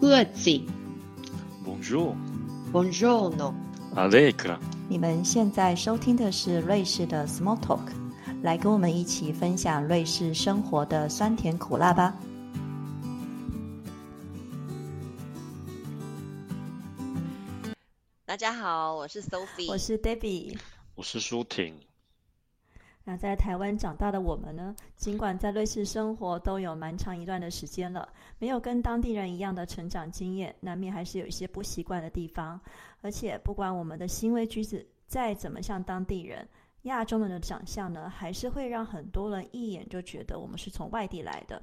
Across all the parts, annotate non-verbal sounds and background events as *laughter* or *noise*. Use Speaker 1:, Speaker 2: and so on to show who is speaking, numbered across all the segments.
Speaker 1: 各自
Speaker 2: Bonjour,
Speaker 1: Bonjour，
Speaker 2: Allegra。
Speaker 3: 你们现在收听的是瑞士的 Small Talk，来跟我们一起分享瑞士生活的酸甜苦辣吧。
Speaker 4: 大家好，我是 Sophie，
Speaker 3: 我是 Debbie。
Speaker 2: 我是舒 *laughs* 婷。
Speaker 3: 那在台湾长大的我们呢，尽管在瑞士生活都有蛮长一段的时间了，没有跟当地人一样的成长经验，难免还是有一些不习惯的地方。而且，不管我们的行为举止再怎么像当地人，亚洲人的长相呢，还是会让很多人一眼就觉得我们是从外地来的。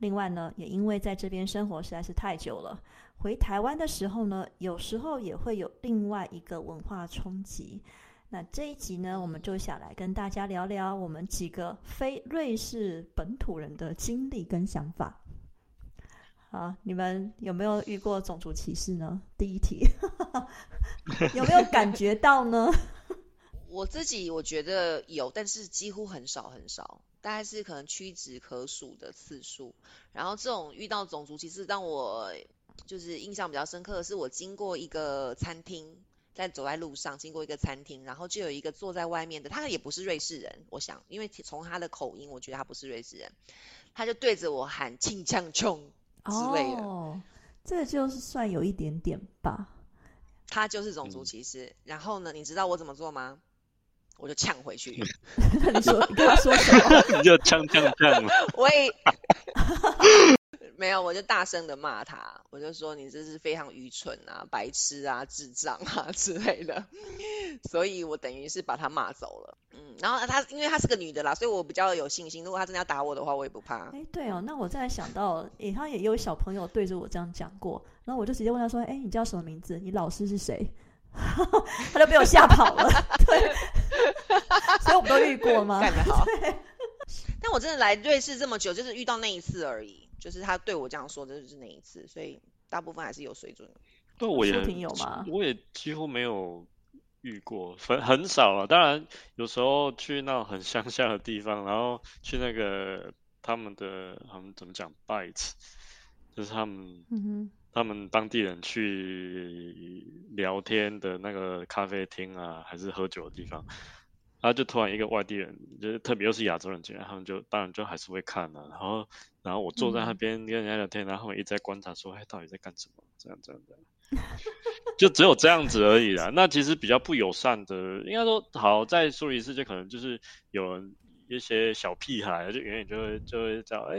Speaker 3: 另外呢，也因为在这边生活实在是太久了，回台湾的时候呢，有时候也会有另外一个文化冲击。那这一集呢，我们就想来跟大家聊聊我们几个非瑞士本土人的经历跟想法。好，你们有没有遇过种族歧视呢？第一
Speaker 4: *laughs*
Speaker 3: 题， *laughs* 有没有感觉到呢？
Speaker 4: 我自己我觉得有，但是几乎很少很少，大概是可能屈指可数的次数。然后这种遇到种族歧视，让我就是印象比较深刻的是，我经过一个餐厅，在走在路上经过一个餐厅，然后就有一个坐在外面的，他也不是瑞士人，我想，因为从他的口音，我觉得他不是瑞士人，他就对着我喊“庆呛冲”之类的，
Speaker 3: 哦，这就是算有一点点吧。 *laughs*
Speaker 4: 他就是种族歧视。然后呢，你知道我怎么做吗？我就呛回去。
Speaker 3: 那你说你跟他说什么？
Speaker 2: 你就呛呛呛了。
Speaker 4: 我也没有，我就大声的骂他，我就说你这是非常愚蠢啊、白痴啊、智障啊 *laughs* 之类的，所以我等于是把他骂走了。嗯，然后他因为他是个女的啦，所以我比较有信心，如果他真的要打我的话，我也不怕。
Speaker 3: 哎，对哦，那我再想到，诶，他也有小朋友对着我这样讲过，然后我就直接问他说：“哎，你叫什么名字？你老师是谁？” *laughs* 他就被我吓跑了。 *laughs* 对，所以我们都遇过吗？
Speaker 4: 干得
Speaker 3: *laughs*
Speaker 4: 好！但我真的来瑞士这么久，就是遇到那一次而已，就是他对我这样说，这就是那一次，所以大部分还是有水准。
Speaker 2: 对，我也
Speaker 3: 舒婷有吗
Speaker 2: 我也几乎没有遇过，很很少啊了。当然，有时候去那种很乡下的地方，然后去那个他们的他们怎么讲 bites，就是他们
Speaker 3: 嗯哼，
Speaker 2: 他们当地人去聊天的那个咖啡厅啊，还是喝酒的地方，然后就突然一个外地人，就是特别又是亚洲人进来，他们就当然就还是会看啊。然后，然后我坐在那
Speaker 3: 嗯
Speaker 2: 边跟人家聊天，然后他们一直在观察说，哎，到底在干什么？这样这样这样，就只有这样子而已啦。那其实比较不友善的，应该说好再说一次，就可能就是有人。一些小屁孩就远远就会就会叫哎、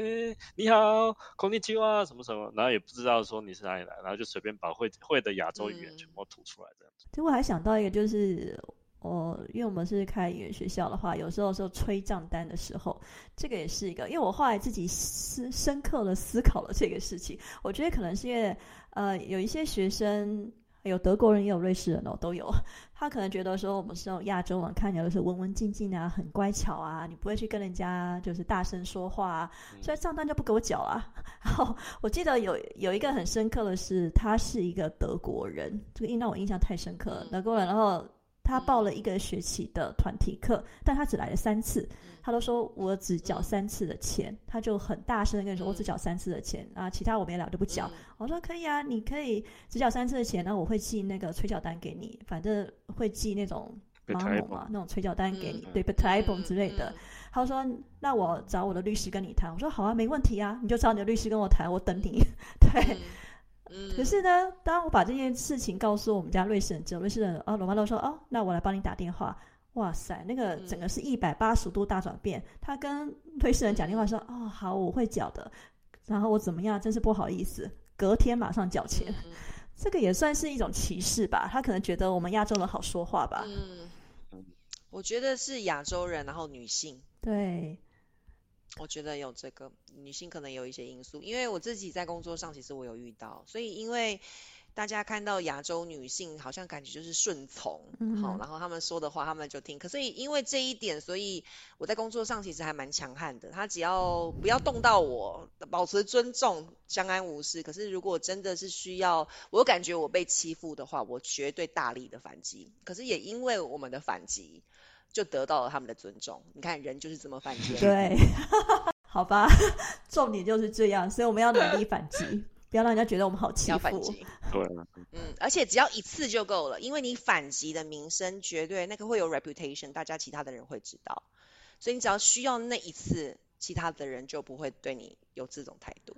Speaker 2: 你好，空地鸡啊什么什么，然后也不知道说你是哪里来，然后就随便把会会的亚洲语言
Speaker 4: 嗯
Speaker 2: 全部吐出来这样子。
Speaker 3: 结果还想到一个，就是我、因为我们是开语言学校的话，有时候说催账单的时候，这个也是一个，因为我后来自己思深刻的思考了这个事情，我觉得可能是因为呃有一些学生。有德国人，也有瑞士人哦，都有。他可能觉得说我们是那种亚洲人，看起来就是文文静静啊，很乖巧啊，你不会去跟人家就是大声说话啊，所以账单就不给我缴啊。 *laughs* 然后我记得有有一个很深刻的是，他是一个德国人，这个印让我印象太深刻了。
Speaker 4: 嗯
Speaker 3: 德国人，然后他报了一个学期的团体课，但他只来了三次，他都说我只缴三次的钱，他就很大声的跟你说
Speaker 4: 嗯
Speaker 3: 我只缴三次的钱，啊，其他我没来我就不缴。
Speaker 4: 嗯
Speaker 3: 我说可以啊，你可以只缴三次的钱，然后我会寄那个催缴单给你，反正会寄那种
Speaker 2: 被
Speaker 3: 马
Speaker 2: 抬
Speaker 3: 某嘛，那种催缴单给你
Speaker 2: 嗯，
Speaker 3: 对 b e t r e i b u n 之类的。
Speaker 4: 嗯
Speaker 3: 他说：“那我找我的律师跟你谈。”我说：“好啊，没问题啊，你就找你的律师跟我谈，我等你。” *laughs* 对。*laughs*
Speaker 4: 嗯，
Speaker 3: 可是呢，当我把这件事情告诉我们家瑞士人之后，瑞士人啊，罗曼都说：“哦，那我来帮你打电话。”哇塞，那个
Speaker 4: 嗯
Speaker 3: 整个是一百八十度大转变。他跟瑞士人讲电话说：“哦，好，我会缴的。”然后我怎么样？真是不好意思，隔天马上缴钱。
Speaker 4: 嗯
Speaker 3: 这个也算是一种歧视吧？他可能觉得我们亚洲人好说话吧？
Speaker 4: 嗯，我觉得是亚洲人，然后女性，
Speaker 3: 对，
Speaker 4: 我觉得有这个女性可能有一些因素，因为我自己在工作上其实我有遇到，所以因为大家看到亚洲女性好像感觉就是顺从，
Speaker 3: 嗯
Speaker 4: 好，然后他们说的话他们就听，可是因为这一点，所以我在工作上其实还蛮强悍的，他只要不要动到我，保持尊重，相安无事。可是如果真的是需要，我感觉我被欺负的话，我绝对大力的反击。可是也因为我们的反击。就得到了他们的尊重。你看，人就是这
Speaker 3: *laughs*
Speaker 4: 么犯贱。 *laughs*
Speaker 3: 对，好吧，重点就是这样，所以我们要努力反击。不要让人家觉得我们好欺
Speaker 4: 要反
Speaker 3: 负。
Speaker 4: 击。
Speaker 2: 对啊，
Speaker 4: 嗯，而且只要一次就够了，因为你反击的名声绝对那个会有 reputation，大家其他的人会知道，所以你只要需要那一次，其他的人就不会对你有这种态度。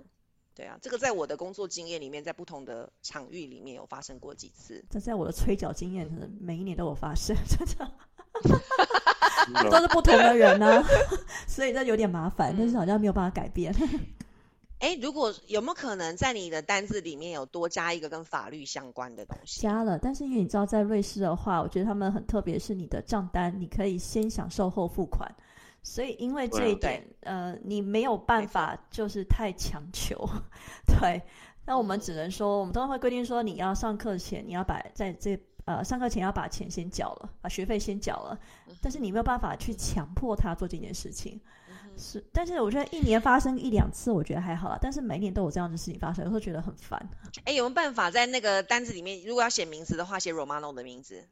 Speaker 4: 对啊，这个在我的工作经验里面，在不同的场域里面有发生过几次。
Speaker 3: 这在我的催缴经验，可能每一年都有发生，真的
Speaker 2: 真的
Speaker 3: 都是不同的人 *laughs* 呢、所以这有点麻烦，
Speaker 4: 嗯
Speaker 3: 但是好像没有办法改变。
Speaker 4: 哎，如果有没有可能在你的单子里面有多加一个跟法律相关的东西？
Speaker 3: 加了，但是因为你知道，在瑞士的话，我觉得他们很特别，是你的账单你可以先享受后付款，所以因为这一
Speaker 4: 对啊
Speaker 3: 点，呃，你没有办
Speaker 4: 没错
Speaker 3: 法就是太强求， *laughs* 对。那我们只能说，我们通常会规定说，你要上课前你要把在这呃上课前要把钱先缴了，把学费先缴了，
Speaker 4: 嗯
Speaker 3: 但是你没有办法去强迫他做这件事情。
Speaker 4: 嗯
Speaker 3: 是，但是我觉得一年发生一两次，我觉得还好啦。但是每一年都有这样的事情发生，我会觉得很烦。
Speaker 4: 哎，有没有办法在那个单子里面，如果要写名字的话，写 Romano 的名字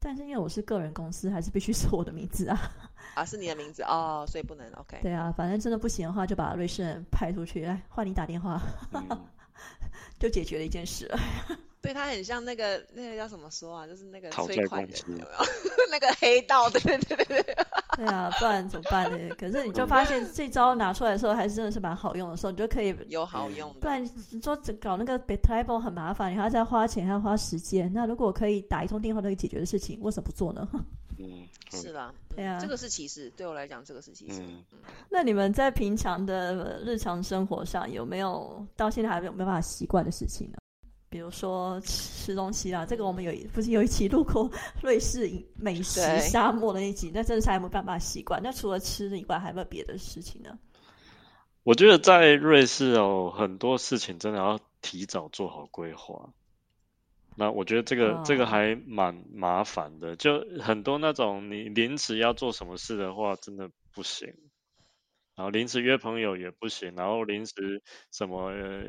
Speaker 3: 但是因为我是个人公司，还是必须是我的名字啊。
Speaker 4: 啊，是你的名字哦，所以不能 OK。
Speaker 3: 对啊，反正真的不行的话，就把瑞士人派出去，来哎换你打电话，
Speaker 2: 嗯，
Speaker 3: 就解决了一件事了。
Speaker 4: 对他很像那个那个叫什么说啊，就是那个
Speaker 2: 讨
Speaker 4: 催
Speaker 2: 债嗯
Speaker 4: 款
Speaker 2: 公
Speaker 4: 人
Speaker 2: 司
Speaker 4: 有没有？ *laughs* 那个黑道，对对对
Speaker 2: *laughs*
Speaker 4: 对对，
Speaker 3: 对啊，不然怎么办呢？可是你就发现这招拿出来的时候，还是真的是蛮好用的时候，你就可以。
Speaker 4: 有好用
Speaker 3: 不
Speaker 4: 的。
Speaker 3: 然你说只搞那个 b e t a b l e 很麻烦，你还要再花钱，还要花时间。那如果可以打一通电话就可以解决的事情，为什么不做呢？ *laughs*
Speaker 2: 嗯，对
Speaker 4: 是啦，
Speaker 3: 对
Speaker 4: 嗯
Speaker 3: 啊
Speaker 4: 这个是歧视，对我来讲，这个是歧视。
Speaker 2: 嗯
Speaker 3: 那你们在平常的呃日常生活上有没有到现在还没有没有办法习惯的事情呢？比如说吃东西啊，这个我们有一不是有一期录过瑞士饮美食
Speaker 4: 对
Speaker 3: 沙漠的那一集，那真的是还没有办法习惯。那除了吃的以外，还有没有别的事情呢？ *laughs*
Speaker 2: 我觉得在瑞士哦，很多事情真的要提早做好规划。那我觉得这个这个
Speaker 3: 哦
Speaker 2: 还蛮麻烦的，就很多那种你临时要做什么事的话，真的不行。然后临时约朋友也不行，然后临时什么、呃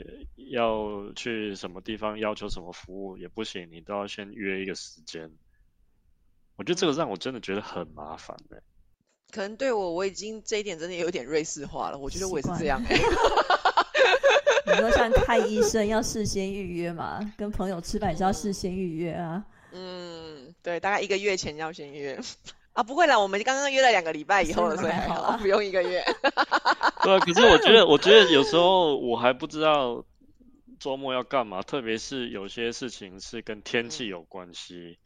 Speaker 2: 要去什么地方要求什么服务也不行，你都要先约一个时间。我觉得这个让我真的觉得很麻烦的。
Speaker 4: 可能对我，我已经这一点真的有点瑞士化了。我觉得我也是
Speaker 3: 习惯
Speaker 4: 这样、欸。
Speaker 3: 你说像看医生要事先预约嘛，跟朋友吃饭也是要事先预约啊。
Speaker 4: 嗯，对，大概一个月前要先约。啊，不会啦，我们刚刚约了两个礼拜以后了，所以还
Speaker 3: 还好
Speaker 4: 好，
Speaker 3: 啊
Speaker 4: 不用一
Speaker 3: *laughs*
Speaker 4: 个月。
Speaker 2: *laughs* 对啊，可是我觉得，我觉得有时候我还不知道周末要干嘛，特别是有些事情是跟天气有关系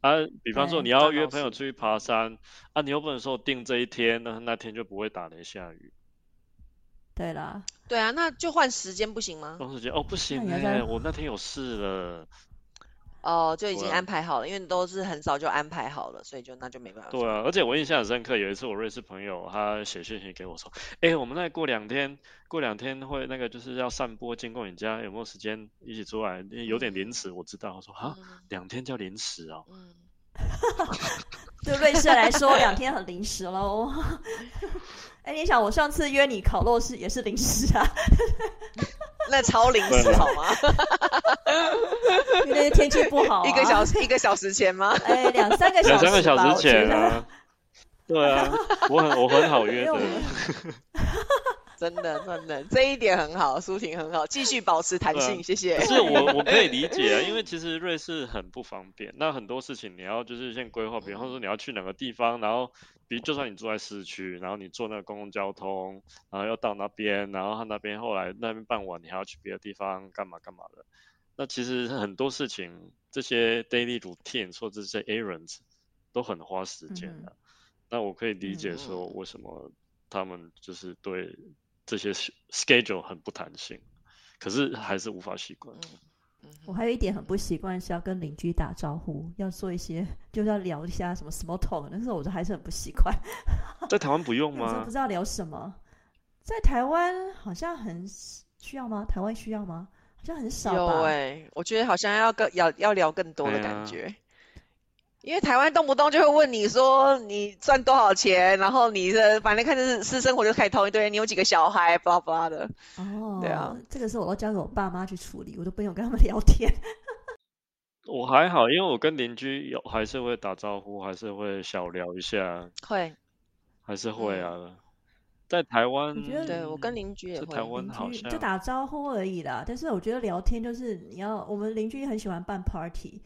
Speaker 2: 啊。比方说，
Speaker 3: 嗯对
Speaker 2: 你要
Speaker 4: 那
Speaker 2: 约
Speaker 4: 倒
Speaker 2: 朋友出
Speaker 4: 是
Speaker 2: 去爬山啊，你又不能说定这一天，那那天就不会打雷下雨。
Speaker 3: 对啦，
Speaker 4: 对啊，那就换时间不行吗？
Speaker 2: 当时觉得哦，不行
Speaker 3: 你要
Speaker 2: 哎、
Speaker 3: 在
Speaker 2: 我那天有事了。
Speaker 4: 哦，就已
Speaker 2: 我
Speaker 4: 经
Speaker 2: 要
Speaker 4: 安排好了，因为都是很早就安排好了，所以就那就没办法。
Speaker 2: 对啊，而且我印象很深刻，有一次我瑞士朋友他写信息给我说，哎、我们那过两天，过两天会那个就是要散播，经过你家有没有时间一起出来？有点临时，我知道。我说啊，两天叫临时啊、
Speaker 4: 嗯，
Speaker 3: 对瑞士来说，两天很临时喽。 *laughs* 哎，你想，我上次约你烤肉是也是临时啊，
Speaker 4: 那超临
Speaker 2: 对
Speaker 4: 时
Speaker 2: 啊
Speaker 4: 好吗？
Speaker 3: 因为那天天气不好、啊，
Speaker 4: *laughs* 一个小时一个小时前吗？
Speaker 3: *laughs* 哎，两三个小
Speaker 2: 两
Speaker 3: 时，
Speaker 2: 三个小
Speaker 3: 吧，
Speaker 2: 时前啊，对啊，我很我很好约
Speaker 3: 因为我
Speaker 2: 的，
Speaker 3: 们
Speaker 4: 真的，真的，这一点很好，舒婷很好，继续保持弹
Speaker 2: 对啊
Speaker 4: 性，谢谢
Speaker 2: 可。是我我可以理解啊，因为其实瑞士很不方便，那很多事情你要就是先规划，比方说你要去哪个地方，然后比如就算你住在市区，然后你坐那个公共交通，然后要到那边，然后他那边后来那边办完，你还要去别的地方干嘛干嘛的，那其实很多事情这些 daily routine 或者这些 errands 都很花时间的、那我可以理解说
Speaker 4: 嗯
Speaker 2: 为什么他们就是对这些 sch- schedule 很不弹性，可是还是无法习惯。
Speaker 4: 嗯
Speaker 3: 我还有一点很不习惯是要跟邻居打招呼，要做一些就是要聊一下什么 small talk，但是我就还是很不
Speaker 2: *laughs*
Speaker 3: 习惯，
Speaker 2: 在台湾不
Speaker 3: *laughs*
Speaker 2: 用
Speaker 3: 我真的
Speaker 2: 吗
Speaker 3: 不？知道聊什么。在台湾好像很需要吗？台湾需要吗？好像很少
Speaker 4: 有
Speaker 3: 吧。
Speaker 4: 哎、我觉得好像要更要要聊更多的
Speaker 2: 对啊
Speaker 4: 感觉，因为台湾动不动就会问你说你赚多少钱，然后你的反正看是私生活就开始偷一堆，你有几个小孩，巴拉巴拉的。
Speaker 3: 哦，
Speaker 4: 对啊，
Speaker 3: 这个是我都交给我爸妈去处理，我都不用跟他们聊天。
Speaker 2: 我还好，因为我跟邻居有还是会打招呼，还是会小聊一下，
Speaker 4: 会，
Speaker 2: 还是会啊。在台湾，
Speaker 3: 我觉得
Speaker 4: 对我跟邻居也
Speaker 2: 在
Speaker 4: 会
Speaker 2: 台湾
Speaker 3: 邻
Speaker 2: 好
Speaker 3: 居
Speaker 2: 像
Speaker 3: 就打招呼而已啦。但是我觉得聊天就是你要，我们邻居很喜欢办 party，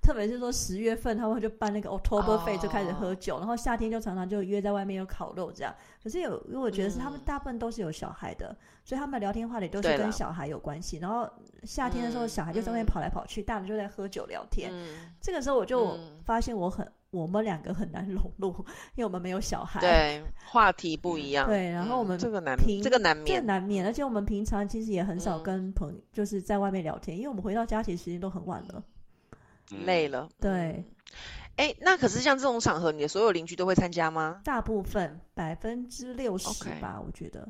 Speaker 3: 特别是说十月份他们就办那个 October f e
Speaker 4: 哦
Speaker 3: 就开始喝酒，然后夏天就常常就约在外面有烤肉这样。可是有，因为我觉得是他们
Speaker 4: 嗯
Speaker 3: 大部分都是有小孩的，所以他们聊天话题都是
Speaker 4: 对
Speaker 3: 跟
Speaker 4: 啦
Speaker 3: 小孩有关系。然后夏天的时候，
Speaker 4: 嗯
Speaker 3: 小孩就在外面
Speaker 4: 嗯
Speaker 3: 跑来跑去，大人就在喝酒聊天。
Speaker 4: 嗯，
Speaker 3: 这个时候我就
Speaker 4: 嗯
Speaker 3: 发现我很。我们两个很难融入，因为我们没有小孩。
Speaker 4: 对，话题不一样。
Speaker 3: 对然后我
Speaker 4: 嗯
Speaker 3: 们
Speaker 4: 这个难，
Speaker 3: 平
Speaker 4: 这个难
Speaker 3: 这
Speaker 4: 免。
Speaker 3: 难免，而且我们平常其实也很少
Speaker 4: 嗯
Speaker 3: 跟朋友、就是在外面聊天，因为我们回到家其实时间都很晚了。
Speaker 4: 累
Speaker 2: 嗯
Speaker 4: 了。
Speaker 3: 对
Speaker 4: 哎，那可是像这种场合，你的所有邻居都会参加吗
Speaker 3: 大部分百分之六十
Speaker 4: OK
Speaker 3: 吧，我觉得。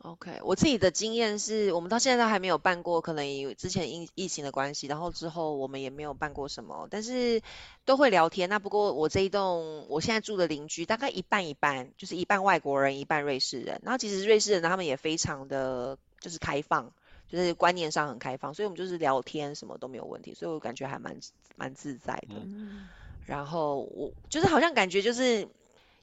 Speaker 4: ？OK，我自己的经验是我们到现在都还没有办过，可能因为之前疫疫情的关系，然后之后我们也没有办过什么，但是都会聊天。那不过我这一栋我现在住的邻居大概一半一半，就是一半外国人，一半瑞士人。然后其实瑞士人他们也非常的就是开放。就是观念上很开放，所以我们就是聊天什么都没有问题，所以我感觉还蛮蛮自在的。
Speaker 3: 嗯，
Speaker 4: 然后我就是好像感觉就是，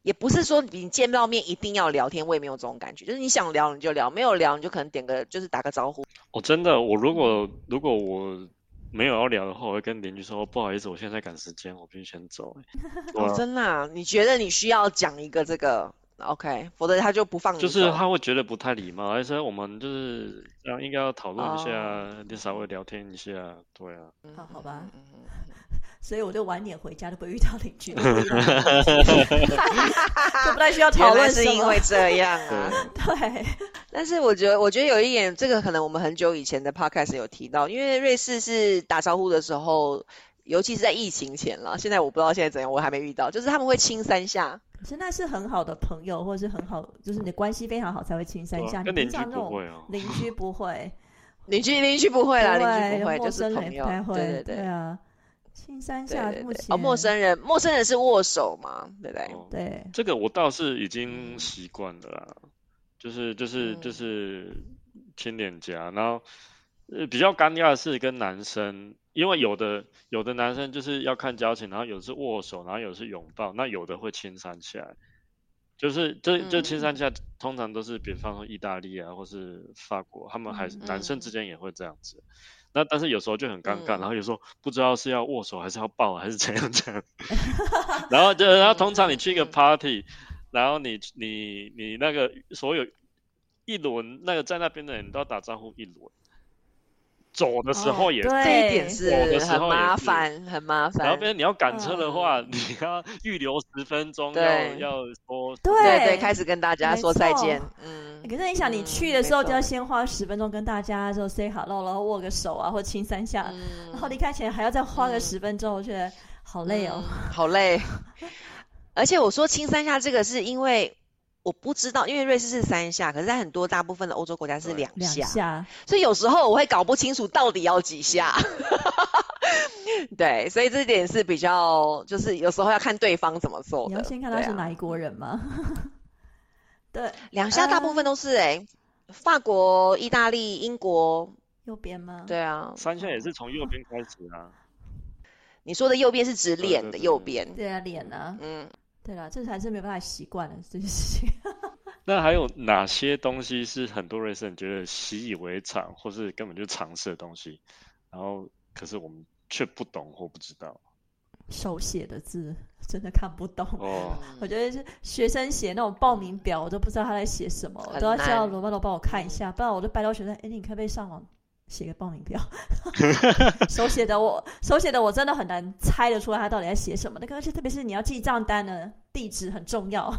Speaker 4: 也不是说你见不到面一定要聊天，我也没有这种感觉，就是你想聊你就聊，没有聊你就可能点个就是打个招呼。
Speaker 2: 哦，真的，我如果如果我没有要聊的话，我会跟邻居说哦不好意思，我现在在赶时间，我必须先走。对
Speaker 4: 哦，
Speaker 2: 啊
Speaker 4: 真的啊、你觉得你需要讲一个这个 OK，否则他就不放你
Speaker 2: 就是
Speaker 4: 走
Speaker 2: 他会觉得不太礼貌，而且我们就是这样应该要讨论一下
Speaker 4: 哦，
Speaker 2: 你稍微聊天一下，对啊，
Speaker 3: 好好吧， *laughs*
Speaker 4: 嗯嗯
Speaker 3: 所以我就晚点回家都不会遇到邻居，都
Speaker 4: *laughs*
Speaker 3: 不会遇到邻居就不太需要讨
Speaker 4: 原来
Speaker 3: 论
Speaker 4: 是
Speaker 3: 什
Speaker 4: 因
Speaker 3: 么
Speaker 4: 为这样
Speaker 2: 对，
Speaker 4: 啊。
Speaker 3: 对，
Speaker 4: *laughs* 但是我觉得，我觉得有一点，这个可能我们很久以前的 podcast 有提到，因为瑞士是打招呼的时候，尤其是在疫情前了，现在我不知道现在怎样，我还没遇到，就是他们会亲三下，
Speaker 3: 可是那是很好的朋友，或者是很好，就是你的关系非常好才会亲三
Speaker 2: 对啊
Speaker 3: 下。你
Speaker 2: 跟
Speaker 3: 平
Speaker 2: 邻居
Speaker 3: 常那
Speaker 2: 不
Speaker 3: 种
Speaker 2: 会哦。
Speaker 3: 邻居不会，
Speaker 4: *laughs* 邻居邻居不会啦，邻居
Speaker 3: 对
Speaker 4: 不会，就
Speaker 3: 陌
Speaker 4: 是
Speaker 3: 生人
Speaker 4: 朋
Speaker 3: 也
Speaker 4: 友
Speaker 3: 不太，会，
Speaker 4: 对对
Speaker 3: 对
Speaker 4: 对
Speaker 3: 啊，亲三
Speaker 4: 对
Speaker 3: 下
Speaker 4: 对
Speaker 3: 目
Speaker 4: 对
Speaker 3: 前
Speaker 4: 哦，陌生人，陌生人是握手嘛，对不对？
Speaker 2: 哦
Speaker 3: 对
Speaker 2: 这个我倒是已经习惯了啦，就是就是就
Speaker 4: 嗯
Speaker 2: 是亲脸颊，然后呃比较尴尬的是跟男生，因为有的有的男生就是要看交情，然后有的是握手，然后有的是拥抱，那有的会亲三下，就是这这亲三下通常都是比方说意大利啊或是法国，他们还是男生之间也会这样子。那但是有时候就很尴尬，
Speaker 4: 嗯
Speaker 2: 然后有时候不知道是要握手还是要抱还是怎样怎样， *laughs* 然后就然后通常你去一个
Speaker 4: 嗯嗯
Speaker 2: party，然后你你你那个所有一轮那个在那边的人都要打招呼一轮，走的时
Speaker 4: 哦
Speaker 2: 候也是，
Speaker 3: 哦对
Speaker 4: 这一点是
Speaker 2: 有的时
Speaker 4: 很
Speaker 2: 候也
Speaker 4: 麻
Speaker 2: 是
Speaker 4: 烦，很麻
Speaker 2: 然后
Speaker 4: 烦。
Speaker 2: 变成你要赶车的话，
Speaker 4: 嗯
Speaker 2: *laughs* 你要预留十分钟要
Speaker 4: 对
Speaker 2: 要说
Speaker 3: 对
Speaker 4: 对对，开始跟大家
Speaker 3: 没
Speaker 4: 说再
Speaker 3: 错哎
Speaker 4: 见。嗯，
Speaker 3: 可是你想，你
Speaker 4: 嗯
Speaker 3: 去的
Speaker 4: 没
Speaker 3: 时候就
Speaker 4: 错
Speaker 3: 要先花十分钟跟大家说 say hello，然后握个手啊，或亲三下，
Speaker 4: 嗯
Speaker 3: 然后离开前还要再花个
Speaker 4: 嗯
Speaker 3: 十分钟，我觉得好累哦。
Speaker 4: 嗯好
Speaker 3: *laughs*
Speaker 4: 累。而且我说亲三下这个是因为我不知道，因为瑞士是三下，可是在很多大部分的欧洲国家是
Speaker 2: 对
Speaker 4: 两
Speaker 3: 两
Speaker 4: 下，
Speaker 3: 下，
Speaker 4: 所以有时候我会搞不清楚到底要几下。 *laughs* 对，所以这点是比较，就是有时候要看对方怎么做
Speaker 3: 你
Speaker 4: 的。
Speaker 3: 要先看他
Speaker 4: 对
Speaker 3: 是
Speaker 4: 啊
Speaker 3: 哪一呃国人吗？ *laughs* 对，
Speaker 4: 两下大部分都是哎、法国、意大利、英国，
Speaker 3: 右边吗？，
Speaker 4: 对啊。
Speaker 2: 三下也是从右边开始啊，
Speaker 4: 你说的右边是指
Speaker 2: 对
Speaker 4: 脸
Speaker 2: 对
Speaker 4: 的
Speaker 2: 对
Speaker 4: 右
Speaker 2: 对
Speaker 4: 边，
Speaker 3: 对啊，脸啊，
Speaker 4: 嗯，
Speaker 3: 对了，这才是没有办法习惯的这件事情。
Speaker 2: 那还有哪些东西是很多瑞士人觉得习以为常，或是根本就常识的东西，然后可是我们却不懂或不知道？
Speaker 3: *laughs* 手写的字真的看不懂。
Speaker 2: 哦，
Speaker 3: 我觉得是学生写那种报
Speaker 2: 嗯
Speaker 3: 名表，我都不知道他在写什么，我
Speaker 4: 很
Speaker 3: 都要叫
Speaker 4: 难
Speaker 3: 罗曼罗帮我看一下，不然我就拜托学生，哎，你可不可以上网写个报名表？ *laughs* 手写的我手写的我真的很难猜得出来他到底在写什么。那个，而且特别是你要记账单呢，地址很重要。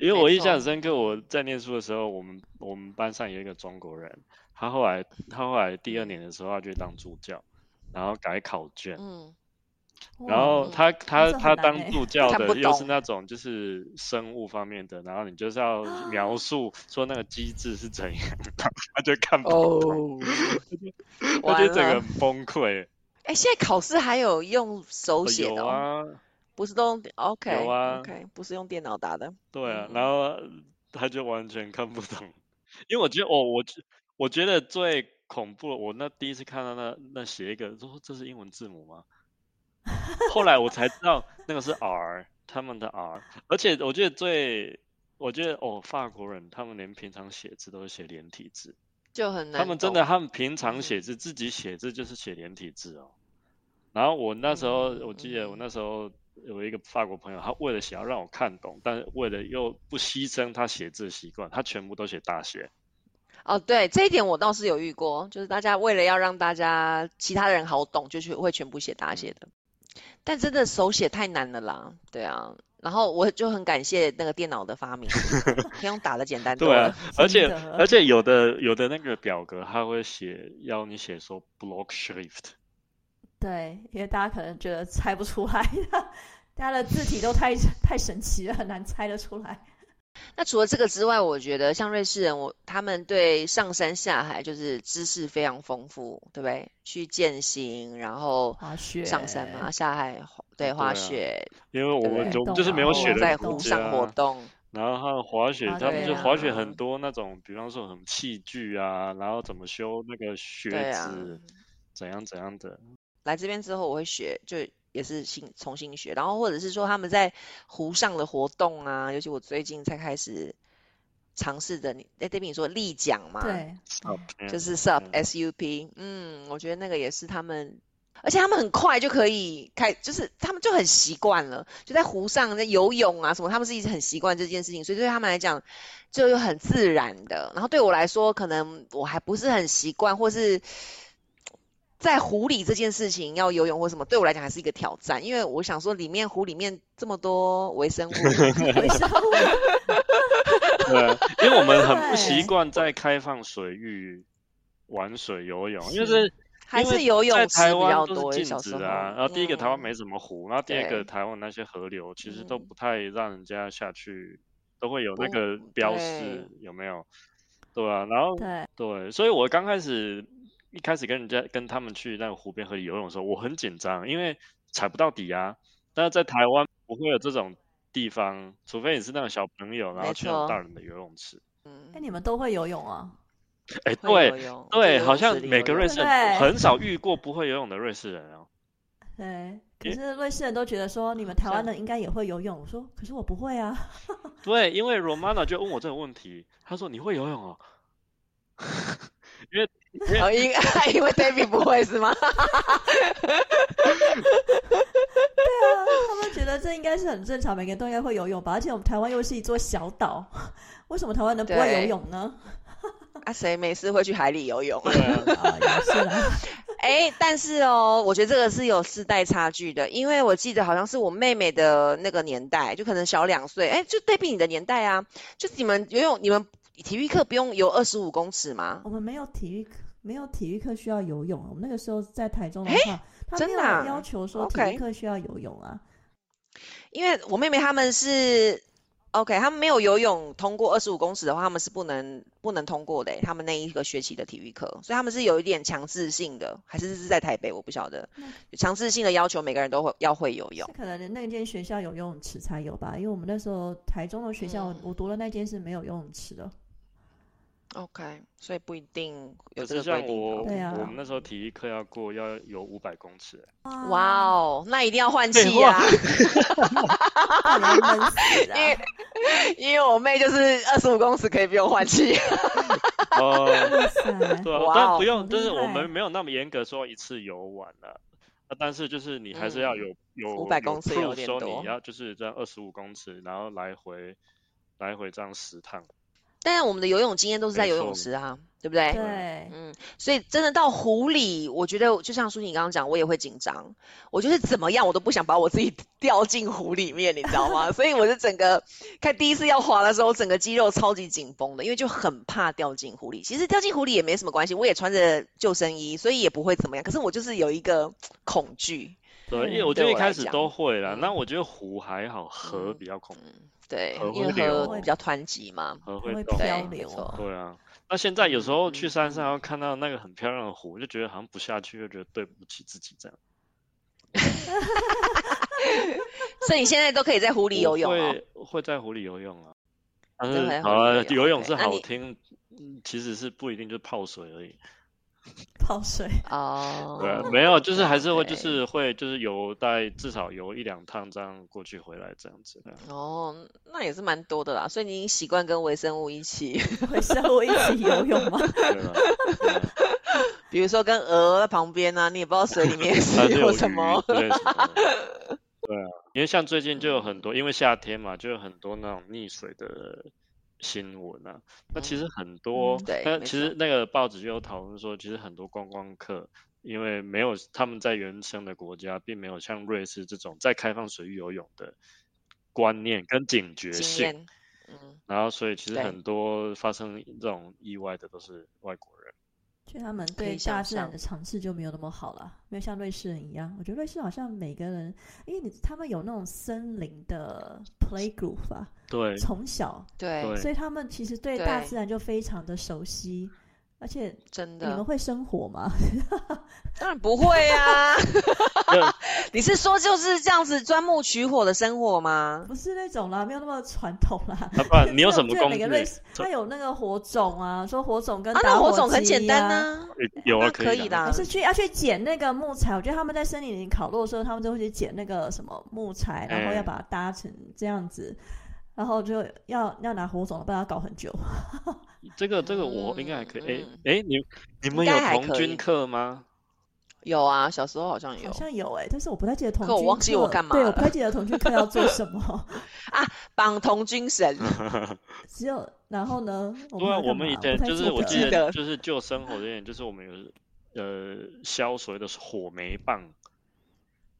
Speaker 2: 因为我
Speaker 4: 没
Speaker 2: 印象很
Speaker 4: 错
Speaker 2: 深刻，我在念书的时候，我们我们班上有一个中国人，他后来他后来第二年的时候，他去当助教，然后改考卷，
Speaker 4: 嗯
Speaker 2: 然后
Speaker 3: 哇
Speaker 2: 他他
Speaker 3: 这很
Speaker 2: 他
Speaker 3: 难欸
Speaker 2: 当助教
Speaker 4: 看
Speaker 2: 的
Speaker 4: 不
Speaker 2: 又是
Speaker 4: 懂
Speaker 2: 那种就是生物方面的，然后你就是要
Speaker 4: 啊
Speaker 2: 描述说那个机制是怎样的，他就看不懂，
Speaker 4: *laughs* 哦，
Speaker 2: *laughs* 他
Speaker 4: 完
Speaker 2: 就整个
Speaker 4: 了。
Speaker 2: 很崩溃。
Speaker 4: 哎，现在考试还有用手
Speaker 2: 哦
Speaker 4: 写
Speaker 2: 有
Speaker 4: 的哦，
Speaker 2: 啊，
Speaker 4: 不是都 OK
Speaker 2: 有啊
Speaker 4: OK，不是用电脑打的。
Speaker 2: 对啊，
Speaker 4: 嗯
Speaker 2: 然后他就完全看不懂， *laughs* 因为我觉得我哦我觉我觉得最恐怖的，我那第一次看到那那写一个说这是英文字母吗？后来我才知道那个是 R，他们的 R，而且我觉得最我觉得哦，法国人他们连平常写字都是写连体字，
Speaker 4: 就很难。
Speaker 2: 他们真的，，他们平常写字自己写字就是写连体字哦。然后我那时候
Speaker 4: 嗯
Speaker 2: 我记得我
Speaker 4: 嗯
Speaker 2: 那时候有一个法国朋友，他为了想要让我看懂，但是为了又不牺牲他写字习惯，他全部都写大写。
Speaker 4: 哦，对，这一点我倒是有遇过，就是大家为了要让大家其他人好懂，就去会全部写大写的，但真的手写太难了啦，对啊。然后我就很感谢那个电脑的发明， *laughs* 可以用打的简单多
Speaker 2: 对啊
Speaker 4: 了。，
Speaker 2: 而且
Speaker 3: 真的
Speaker 4: 嗯
Speaker 2: 而且有的有的那个表格他会写要你写说 block shift，
Speaker 3: 对，因为大家可能觉得猜不出来，大家的字体都太 *laughs* 太神奇了，很难猜得出来。
Speaker 4: 那除了这个之外，我觉得像瑞士人，我他们对上山下海就是知识非常丰富，对不对？去践行，然后
Speaker 3: 滑雪
Speaker 4: 上山嘛，下海，对，
Speaker 2: 嗯对
Speaker 4: 滑
Speaker 2: 啊
Speaker 4: 雪，
Speaker 2: 因为我们
Speaker 4: 对
Speaker 2: 就
Speaker 3: 懂
Speaker 2: 就是没
Speaker 3: 啊
Speaker 2: 有
Speaker 4: 然
Speaker 3: 我
Speaker 2: 写
Speaker 4: 后
Speaker 2: 的
Speaker 4: 在
Speaker 3: 国
Speaker 4: 湖
Speaker 2: 字
Speaker 4: 上活
Speaker 2: 啊
Speaker 4: 动，
Speaker 2: 然后还有滑雪，
Speaker 3: 啊
Speaker 2: 他们
Speaker 4: 对
Speaker 2: 就滑雪
Speaker 4: 啊
Speaker 2: 很多那种，比方说很器具啊，然后怎么修那个靴
Speaker 4: 对啊。
Speaker 2: 子，怎样怎样的。
Speaker 4: 来这边之后，我会学，就也是新重新学，然后或者是说他们在湖上的活动啊，尤其我最近才开始尝试的，你在这边你说立桨嘛，，
Speaker 3: 对， *laughs*
Speaker 2: SUP 那
Speaker 4: 就
Speaker 2: 样
Speaker 4: 是 SUP
Speaker 2: 嗯
Speaker 4: SUP，嗯，我觉得那个也是他们，而且他们很快就可以开，就是他们就很习惯了，就在湖上在游泳啊什么，他们是一直很习惯这件事情，所以对他们来讲就很自然的。然后对我来说，可能我还不是很习惯，或是在湖里这件事情要游泳或什么，对我来讲还是一个挑战，因为我想说里面湖里面这么多微生
Speaker 2: *laughs*
Speaker 4: 物，
Speaker 3: 微生物
Speaker 2: 对啊，因为我们很不习
Speaker 3: 对
Speaker 2: 惯在开放水域玩水游泳，因为这
Speaker 4: 还
Speaker 2: 因为
Speaker 4: 是游泳
Speaker 2: 在
Speaker 4: 池
Speaker 2: 台
Speaker 4: 比
Speaker 2: 湾
Speaker 4: 较
Speaker 2: 都
Speaker 4: 多
Speaker 2: 是禁
Speaker 4: 小
Speaker 2: 止
Speaker 4: 时
Speaker 2: 的啊。
Speaker 4: 候
Speaker 2: 然后第一个台湾
Speaker 4: 嗯
Speaker 2: 没什么湖，然后第二个
Speaker 4: 对
Speaker 2: 台湾那些河流其实都
Speaker 4: 嗯
Speaker 2: 不太让人家下去，都会有那
Speaker 4: 不
Speaker 2: 个标示有没有？对啊，然后
Speaker 3: 对，哎
Speaker 2: 对，所以我刚开始一开始跟人家跟他们去那个湖边河里游泳的时候，我很紧张，因为踩不到底啊。但是在台湾不会有这种地方，除非你是那种小朋友，然
Speaker 4: 没
Speaker 2: 后去那种
Speaker 4: 错
Speaker 2: 大人的游泳池。
Speaker 4: 嗯
Speaker 3: 哎，你们都会游泳啊？
Speaker 2: 哎，
Speaker 4: 会
Speaker 2: 对
Speaker 4: 游泳
Speaker 2: 对，好
Speaker 4: 在游泳池
Speaker 2: 像
Speaker 4: 里
Speaker 2: 每
Speaker 4: 游
Speaker 2: 个
Speaker 4: 泳
Speaker 2: 瑞士
Speaker 3: 对
Speaker 2: 人很少遇过不会游泳的瑞士人哦。
Speaker 3: 对，可
Speaker 2: 诶
Speaker 3: 是瑞士人都觉得说你们台
Speaker 4: 啊
Speaker 3: 湾人应该也会游泳，我说可是我不会啊。 *laughs*
Speaker 2: 对，因为 Romana 就问我这个问题，他说你会游泳
Speaker 4: *laughs*
Speaker 2: 哦？
Speaker 4: 哦，因
Speaker 2: *laughs*
Speaker 4: 因为 David 不会是吗？
Speaker 3: 对啊，他们觉得这应该是很正常，每个人都应该会游泳吧。而且我们台湾又是一座小岛， *laughs* 为什么台湾人不会游
Speaker 4: 对
Speaker 3: 泳呢？
Speaker 4: *laughs* 啊，谁没事会去海里游泳？
Speaker 2: 对啊，
Speaker 3: 啊，也是啦， *laughs*
Speaker 4: 哎，但是哦，我觉得这个是有世代差距的，因为我记得好像是我妹妹的那个年代，就可能小两岁，哎，就 David 你的年代啊，就是你们游泳，你们体育课不用游二十五公尺吗？
Speaker 3: 我们没有体育课，没有体育课需要游泳。啊我们那个时候在台中的话，他没
Speaker 4: 真
Speaker 3: 有
Speaker 4: 的啊
Speaker 3: 要求说体育
Speaker 4: ？OK
Speaker 3: 课需要游泳啊。
Speaker 4: 因为我妹妹他们是 OK，他们没有游泳通过二十五公尺的话，他们是不能不能通过的诶，他们那一个学期的体育课，所以他们是有一点强制性的，还是是在台北，我不晓得，强制性的要求每个人都会要会游泳
Speaker 3: 是。可能那间学校有游泳池才有吧，因为我们那时候台中的学校，
Speaker 4: 嗯
Speaker 3: 我读的那间是没有游泳池的。
Speaker 4: OK，所以不一定有
Speaker 2: 可
Speaker 4: 这
Speaker 2: 是
Speaker 4: 个规
Speaker 2: 像
Speaker 4: 定
Speaker 2: 我
Speaker 4: 哦。
Speaker 3: 对啊
Speaker 2: 我们那时候体育课要过要游五百公尺，
Speaker 4: *laughs*
Speaker 3: 哇
Speaker 4: 哇
Speaker 3: 哦，
Speaker 4: 哦，那一定要换
Speaker 2: 废
Speaker 4: 气
Speaker 2: 话
Speaker 4: 啊！
Speaker 3: 把人闷死
Speaker 4: *laughs* 因为
Speaker 3: 啊！
Speaker 4: 因为我妹就是二十五公尺可以不用换气。
Speaker 2: 哦，
Speaker 3: 哇塞，
Speaker 2: 对啊，
Speaker 4: 哇
Speaker 2: 但
Speaker 4: 哦
Speaker 2: 不用，
Speaker 3: 好
Speaker 2: 就是
Speaker 3: 厉
Speaker 2: 我
Speaker 3: 害
Speaker 2: 们没有那么严格说一次游完了、啊，但是就是你还是要有、有
Speaker 4: 500公尺有
Speaker 2: proof
Speaker 4: 点
Speaker 2: 说
Speaker 4: 多
Speaker 2: 你要就是这样二十五公尺，然后来回来回这样十趟，
Speaker 4: 但是我们的游泳经验都是在
Speaker 2: 没
Speaker 4: 游泳
Speaker 2: 错
Speaker 4: 池啊，对 *laughs* 不对？
Speaker 3: 对，
Speaker 4: 嗯，所以真的到湖里，我觉得就像舒婷刚刚讲，我也会紧张。我就是怎么样，我都不想把我自己 *laughs* 掉进湖里面，你知道吗？所以我就整个看第一次要滑的时候，整个肌肉超级紧绷的，因为就很怕掉进湖里。其实掉进湖里也没什么关系，我也穿着救生衣，所以也不会怎么样。可是我就是有一个恐惧，
Speaker 2: 对，因为
Speaker 3: 嗯
Speaker 2: 我觉
Speaker 4: 对
Speaker 2: 得一
Speaker 4: 我
Speaker 2: 开
Speaker 4: 来
Speaker 2: 始
Speaker 4: 讲
Speaker 2: 都会啦。
Speaker 4: 嗯
Speaker 2: 那我觉得湖还好，河
Speaker 4: 嗯
Speaker 2: 比较恐怖，
Speaker 4: 对
Speaker 2: 河，
Speaker 4: 因为
Speaker 2: 会流哦
Speaker 4: 河比较湍急嘛。
Speaker 2: 河
Speaker 3: 它会
Speaker 2: 动。
Speaker 3: 漂
Speaker 4: 对没
Speaker 3: 流
Speaker 4: 错
Speaker 3: 啊。
Speaker 2: 对啊，那现在有时候去
Speaker 4: 嗯
Speaker 2: 山上，然后看到那个很漂亮的湖，就觉得好像不下去，就觉得对不起自己这样。
Speaker 4: 所以你现在都可以在湖里游
Speaker 2: 我
Speaker 4: 泳哦。
Speaker 2: 会会在湖里游泳啊。但
Speaker 4: 都会在
Speaker 2: 是
Speaker 4: 湖
Speaker 2: 好啊
Speaker 4: 里游
Speaker 2: 游泳
Speaker 4: OK，
Speaker 2: 是
Speaker 4: 那
Speaker 2: 好
Speaker 4: 你
Speaker 2: 听，嗯其实是不一定就是泡水而已。
Speaker 3: *laughs* 泡水。
Speaker 4: 哦，
Speaker 2: 对啊，没有，就是还是会，就
Speaker 4: OK
Speaker 2: 是会，就是游带至少游一两趟这样过去回来这样子。对啊
Speaker 4: 哦，那也是蛮多的啦，所以你已经习惯跟微生物一起，
Speaker 3: 会生物一起游泳
Speaker 4: *laughs*
Speaker 3: 吗？ *laughs*
Speaker 2: 对啊对啊
Speaker 4: 比如说跟鹅在旁边啊，你也不知道水里面 *laughs*
Speaker 2: 它
Speaker 4: 是
Speaker 2: 是
Speaker 4: 有
Speaker 2: 有
Speaker 4: 什么
Speaker 2: 鱼。之类什
Speaker 4: *laughs*
Speaker 2: 么的啊对啊，因为像最近就有很多，因为夏天嘛，就有很多那种溺水的新闻啊。那其实很多，
Speaker 4: 嗯对
Speaker 2: 那
Speaker 4: 没
Speaker 2: 其
Speaker 4: 错
Speaker 2: 实那个报纸就有讨论说，其实很多观光客。因为没有他们在原生的国家，并没有像瑞士这种在开放水域游泳的观念跟警觉
Speaker 4: 经
Speaker 2: 性，
Speaker 4: 验，嗯，
Speaker 2: 然后所以其实
Speaker 4: 对
Speaker 2: 很多发生这种意外的都是外国人。
Speaker 3: 就他们
Speaker 4: 可
Speaker 3: 对
Speaker 4: 以
Speaker 3: 大
Speaker 4: 想
Speaker 3: 自然
Speaker 4: 象
Speaker 3: 的尝试就没有那么好了，没有像瑞士人一样。我觉得瑞士好像每个人，因为你他们有那种森林的 playgroup 啊，
Speaker 4: *laughs*
Speaker 2: 对
Speaker 3: 从小，
Speaker 4: 对，
Speaker 2: 对
Speaker 3: 所以他们其实对大
Speaker 4: 对
Speaker 3: 自然就非常的熟悉。而且
Speaker 4: 真
Speaker 3: 你们
Speaker 4: 的，
Speaker 3: 会生火吗？ *laughs*
Speaker 4: 当然不会啊。你是说就是这样子钻木取火的生活吗？
Speaker 3: 不是那种啦，没有那么传统啦。
Speaker 2: 啊，不然你有
Speaker 3: 就是
Speaker 2: 什
Speaker 3: 我
Speaker 2: 么
Speaker 3: 觉得
Speaker 2: 工
Speaker 3: 每
Speaker 2: 具
Speaker 3: 个？瑞士，它有那个火种啊，说火种跟
Speaker 4: 啊，
Speaker 3: 打
Speaker 4: 那火种很
Speaker 3: 机
Speaker 4: 简单
Speaker 3: 呀
Speaker 4: 呐、
Speaker 2: 呃有啊，
Speaker 4: 那可以
Speaker 2: 以
Speaker 4: 啦
Speaker 3: 我是去要去捡那个木材，我觉得他们在森林里烤肉的时候，他们都会去捡那个什么木材，然后
Speaker 4: 嗯
Speaker 2: 哎
Speaker 3: 要把它搭成这样子，然后就要要拿火种，不然要搞很久。
Speaker 2: 这个这个我应该还可以。哎、
Speaker 4: 嗯
Speaker 2: 哎、你你们
Speaker 4: 应
Speaker 2: 有
Speaker 4: 该还
Speaker 2: 童
Speaker 4: 可以
Speaker 2: 军课吗？ *laughs*
Speaker 4: 有啊，小时候好像有
Speaker 3: 好像有哎、但是我不太记得童
Speaker 4: 可
Speaker 3: 军
Speaker 4: 我
Speaker 3: 课，
Speaker 4: 忘记我干嘛
Speaker 3: 对，
Speaker 4: 了
Speaker 3: 我不太记得童军课要做什么，
Speaker 4: 绑童军绳，
Speaker 3: 只有然后呢，我
Speaker 2: 对啊，
Speaker 3: 我
Speaker 2: 我们以前就是我
Speaker 4: 记
Speaker 2: 记
Speaker 4: 得
Speaker 2: 得 *laughs* 就是就生活这点，就是我们有呃削所谓的火煤棒，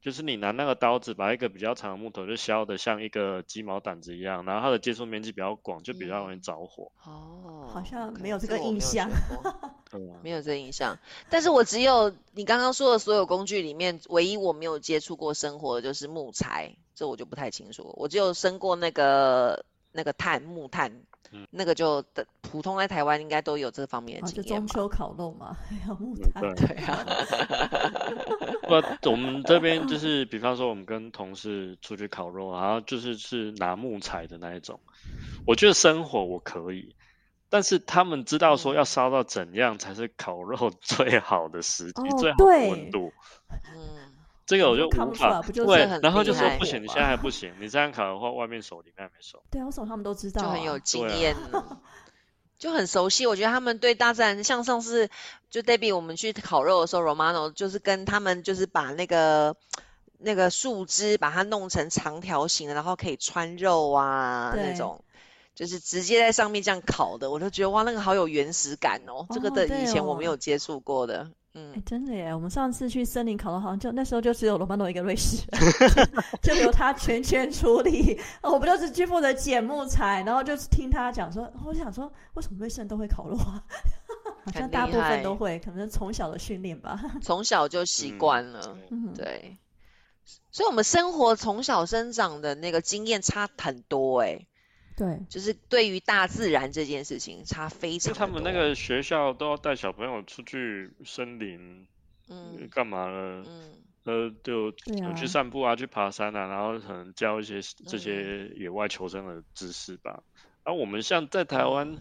Speaker 2: 就是你拿那个刀子把一个比较长的木头就削的像一个鸡毛掸子一样，然后它的接触面积比较广，就比较容易
Speaker 4: 嗯
Speaker 2: 着火。
Speaker 4: 哦，
Speaker 3: 好像
Speaker 4: OK，
Speaker 3: 没有这
Speaker 4: 个
Speaker 3: 个
Speaker 4: 我没
Speaker 3: 印
Speaker 4: 有
Speaker 3: 象
Speaker 4: 学过
Speaker 2: 对啊，
Speaker 4: 没有这个印象。但是我只有你刚刚说的所有工具里面，唯一我没有接触过生活的就是木材，这我就不太清楚了。我只有生过那个那个炭木炭，
Speaker 2: 嗯
Speaker 4: 那个就的普通在台湾应该都有这方面
Speaker 3: 啊，
Speaker 4: 的
Speaker 3: 就
Speaker 4: 经
Speaker 3: 中
Speaker 4: 验吧。
Speaker 3: 秋烤肉嘛， *laughs* 还有木
Speaker 2: 嗯
Speaker 3: 炭，
Speaker 2: 对。
Speaker 4: 对啊，
Speaker 2: 不，我们这边就是，比方说我们跟同事出去烤肉，啊然后就是是拿木材的那一种。我觉得生火我可以，但是他们知道说要烧到怎样才是烤肉 *laughs* 最好的时机、
Speaker 3: 哦
Speaker 2: 最好的
Speaker 3: 对
Speaker 2: 温度，
Speaker 4: 嗯，
Speaker 2: 这个我就
Speaker 3: 看
Speaker 2: 无
Speaker 3: 不出来
Speaker 2: 法。
Speaker 3: 啊不就是
Speaker 2: 对
Speaker 4: 很，
Speaker 2: 然后
Speaker 4: 厉
Speaker 2: 就说
Speaker 4: 害
Speaker 2: 不行，你现在还不行，你这样烤的话，外面熟，里面还没熟。
Speaker 3: 对啊，为什么他们都知道、
Speaker 4: 就
Speaker 3: 啊？
Speaker 4: 很有经
Speaker 2: 对啊
Speaker 3: *laughs*
Speaker 4: 验了就很熟悉。我觉得他们对大自然，像上次就 Debbie 我们去烤肉的时候，Romano 就是跟他们就是把那个那个树枝把它弄成长条形的，然后可以穿肉啊那
Speaker 3: 对
Speaker 4: 种。就是直接在上面这样烤的，我就觉得哇，那个好有原始感哦，这个
Speaker 3: 哦
Speaker 4: 的
Speaker 3: 对
Speaker 4: 以前我没
Speaker 3: 哦
Speaker 4: 有接触过的，
Speaker 3: 哎
Speaker 4: 嗯，，
Speaker 3: 真的耶！我们上次去森林烤肉，好像就那时候就只有罗曼诺一个瑞士人
Speaker 4: *laughs*
Speaker 3: 就，就由他全权处理。哦我们就是去负责捡木材，然后就是听他讲说，我想说为什么瑞士人都会烤肉啊？
Speaker 4: *laughs*
Speaker 3: 好像
Speaker 4: 很
Speaker 3: 大
Speaker 4: 厉
Speaker 3: 部分
Speaker 4: 害
Speaker 3: 都会，可能从小的训练吧。
Speaker 4: 从小就习
Speaker 2: 嗯
Speaker 4: 惯了，
Speaker 3: 嗯，，
Speaker 4: 对，所以我们生活从小生长的那个经验差很多哎、
Speaker 3: 对，
Speaker 4: 就是对于大自然这件事情差非
Speaker 2: 就
Speaker 4: 常
Speaker 2: 他
Speaker 4: 地
Speaker 2: 们那
Speaker 4: 多
Speaker 2: 个学校都要带小朋友出去森林，呃
Speaker 4: 嗯
Speaker 2: 干嘛了？
Speaker 4: 嗯
Speaker 2: 呃，就
Speaker 3: 对
Speaker 2: 有
Speaker 3: 啊
Speaker 2: 去散步啊，去爬山啊，然后可能教一些这
Speaker 4: 嗯
Speaker 2: 些野外求生的知识吧。而、我们像在台湾，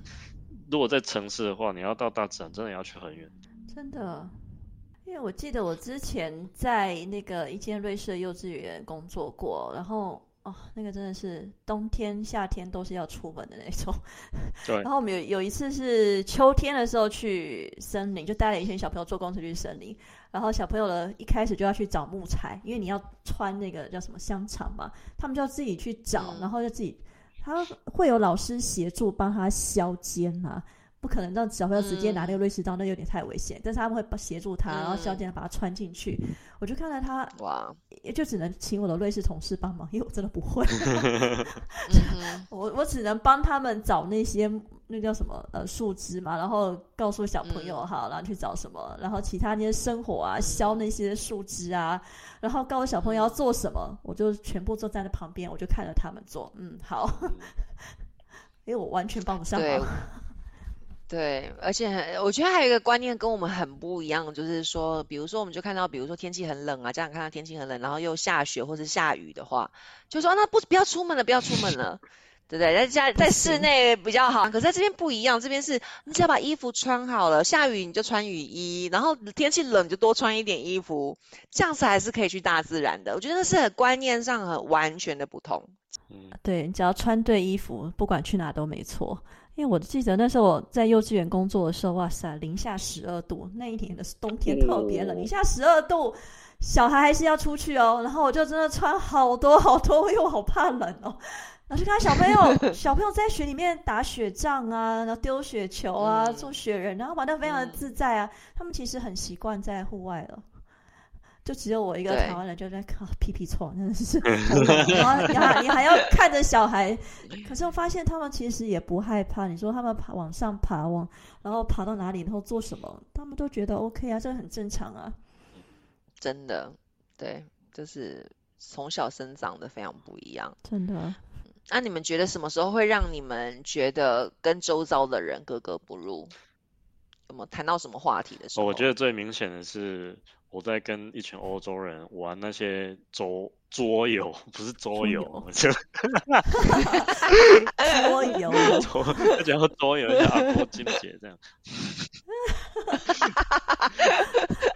Speaker 2: 如果在城市的话，你要到大自然，真的要去
Speaker 3: *laughs*
Speaker 2: 很远。
Speaker 3: 真的，因为我记得我之前在那个一间瑞士的幼稚园工作过，然后哦，那个真的是冬天、夏天都是要出门的那种。
Speaker 2: 对
Speaker 3: 然后我们有有一次是秋天的时候去森林，就带了一群小朋友坐公车去森林，然后小朋友呢一开始就要去找木材，因为你要穿那个叫什么香肠嘛，他们就要自己去找，
Speaker 4: 嗯
Speaker 3: 然后就自己。他会有老师协助帮他削尖啊呐、不可能让小朋友直接拿那个瑞士刀，那有点太危险。但是他们会帮协助他，然后削
Speaker 4: 嗯
Speaker 3: 尖把它穿进去。我就看到他，
Speaker 4: 哇，
Speaker 3: 也就只能请我的瑞士同事帮忙，因为我真的不
Speaker 4: *laughs*
Speaker 3: 会，
Speaker 4: 嗯哼
Speaker 3: 我我只能帮他们找那些那叫什么呃树枝嘛，然后告诉小朋友
Speaker 4: 嗯
Speaker 3: 好，然后去找什么，然后其他那些生火啊，削那些树枝啊，然后告诉小朋友要
Speaker 4: 嗯
Speaker 3: 做什么，我就全部坐在那旁边，我就看着他们做。嗯，好，
Speaker 2: 嗯
Speaker 3: 因为我完全帮不上
Speaker 4: 对
Speaker 3: 忙。
Speaker 4: 对，而且很我觉得还有一个观念跟我们很不一样，就是说，比如说我们就看到，比如说天气很冷啊，家长看到天气很冷，然后又下雪或是下雨的话，就说、啊那不不要出门了，不要出门了。 *laughs* 对不对？在家在室
Speaker 3: 行
Speaker 4: 内比较好，可是在这边不一样，这边是你只要把衣服穿好了，下雨你就穿雨衣，然后天气冷你就多穿一点衣服，这样子还是可以去大自然的。我觉得那是很观念上很完全的不同。
Speaker 2: 嗯，
Speaker 3: 对，只要穿对衣服，不管去哪都没错。因为我记得那时候我在幼稚园工作的时候，哇塞，零下十二度，那一年的冬天特别
Speaker 4: 嗯
Speaker 3: 冷，
Speaker 2: 哦
Speaker 3: 零下十二度，小孩还是要出去哦。然后我就真的穿好多好多， *laughs* 因为我好怕冷哦。然后就看到小朋
Speaker 4: *laughs*
Speaker 3: 友，小朋友在雪里面打雪仗啊，然后丢雪球啊，
Speaker 4: 嗯
Speaker 3: 做雪人，然后玩的非常的
Speaker 4: 嗯
Speaker 3: 自在啊。他们其实很习惯在户外了。就只有我一个
Speaker 4: 对
Speaker 3: 台湾人就在靠屁屁臭，真的
Speaker 4: *laughs*
Speaker 3: 是 *laughs* 很冷，然后你还你还要看着小孩，可是我发现他们其实也不害怕。你说他们爬往上爬往，然后爬到哪里，然后做什么，他们都觉得 OK 啊，这很正常啊。
Speaker 4: 真的，对，就是从小生长的非常不一样。
Speaker 3: 真 *laughs* 的，
Speaker 4: 那、你们觉得什么时候会让你们觉得跟周遭的人格格不入？有没有谈到什么话题的时
Speaker 2: 哦
Speaker 4: 候？
Speaker 2: 我觉得最明显的是我在跟一群欧洲人玩那些桌桌游，不是桌
Speaker 3: 桌
Speaker 2: 游，
Speaker 3: 游 *laughs*
Speaker 2: 就
Speaker 3: 桌游
Speaker 2: 桌，然后桌游叫阿波金姐
Speaker 3: *laughs*
Speaker 2: 这样。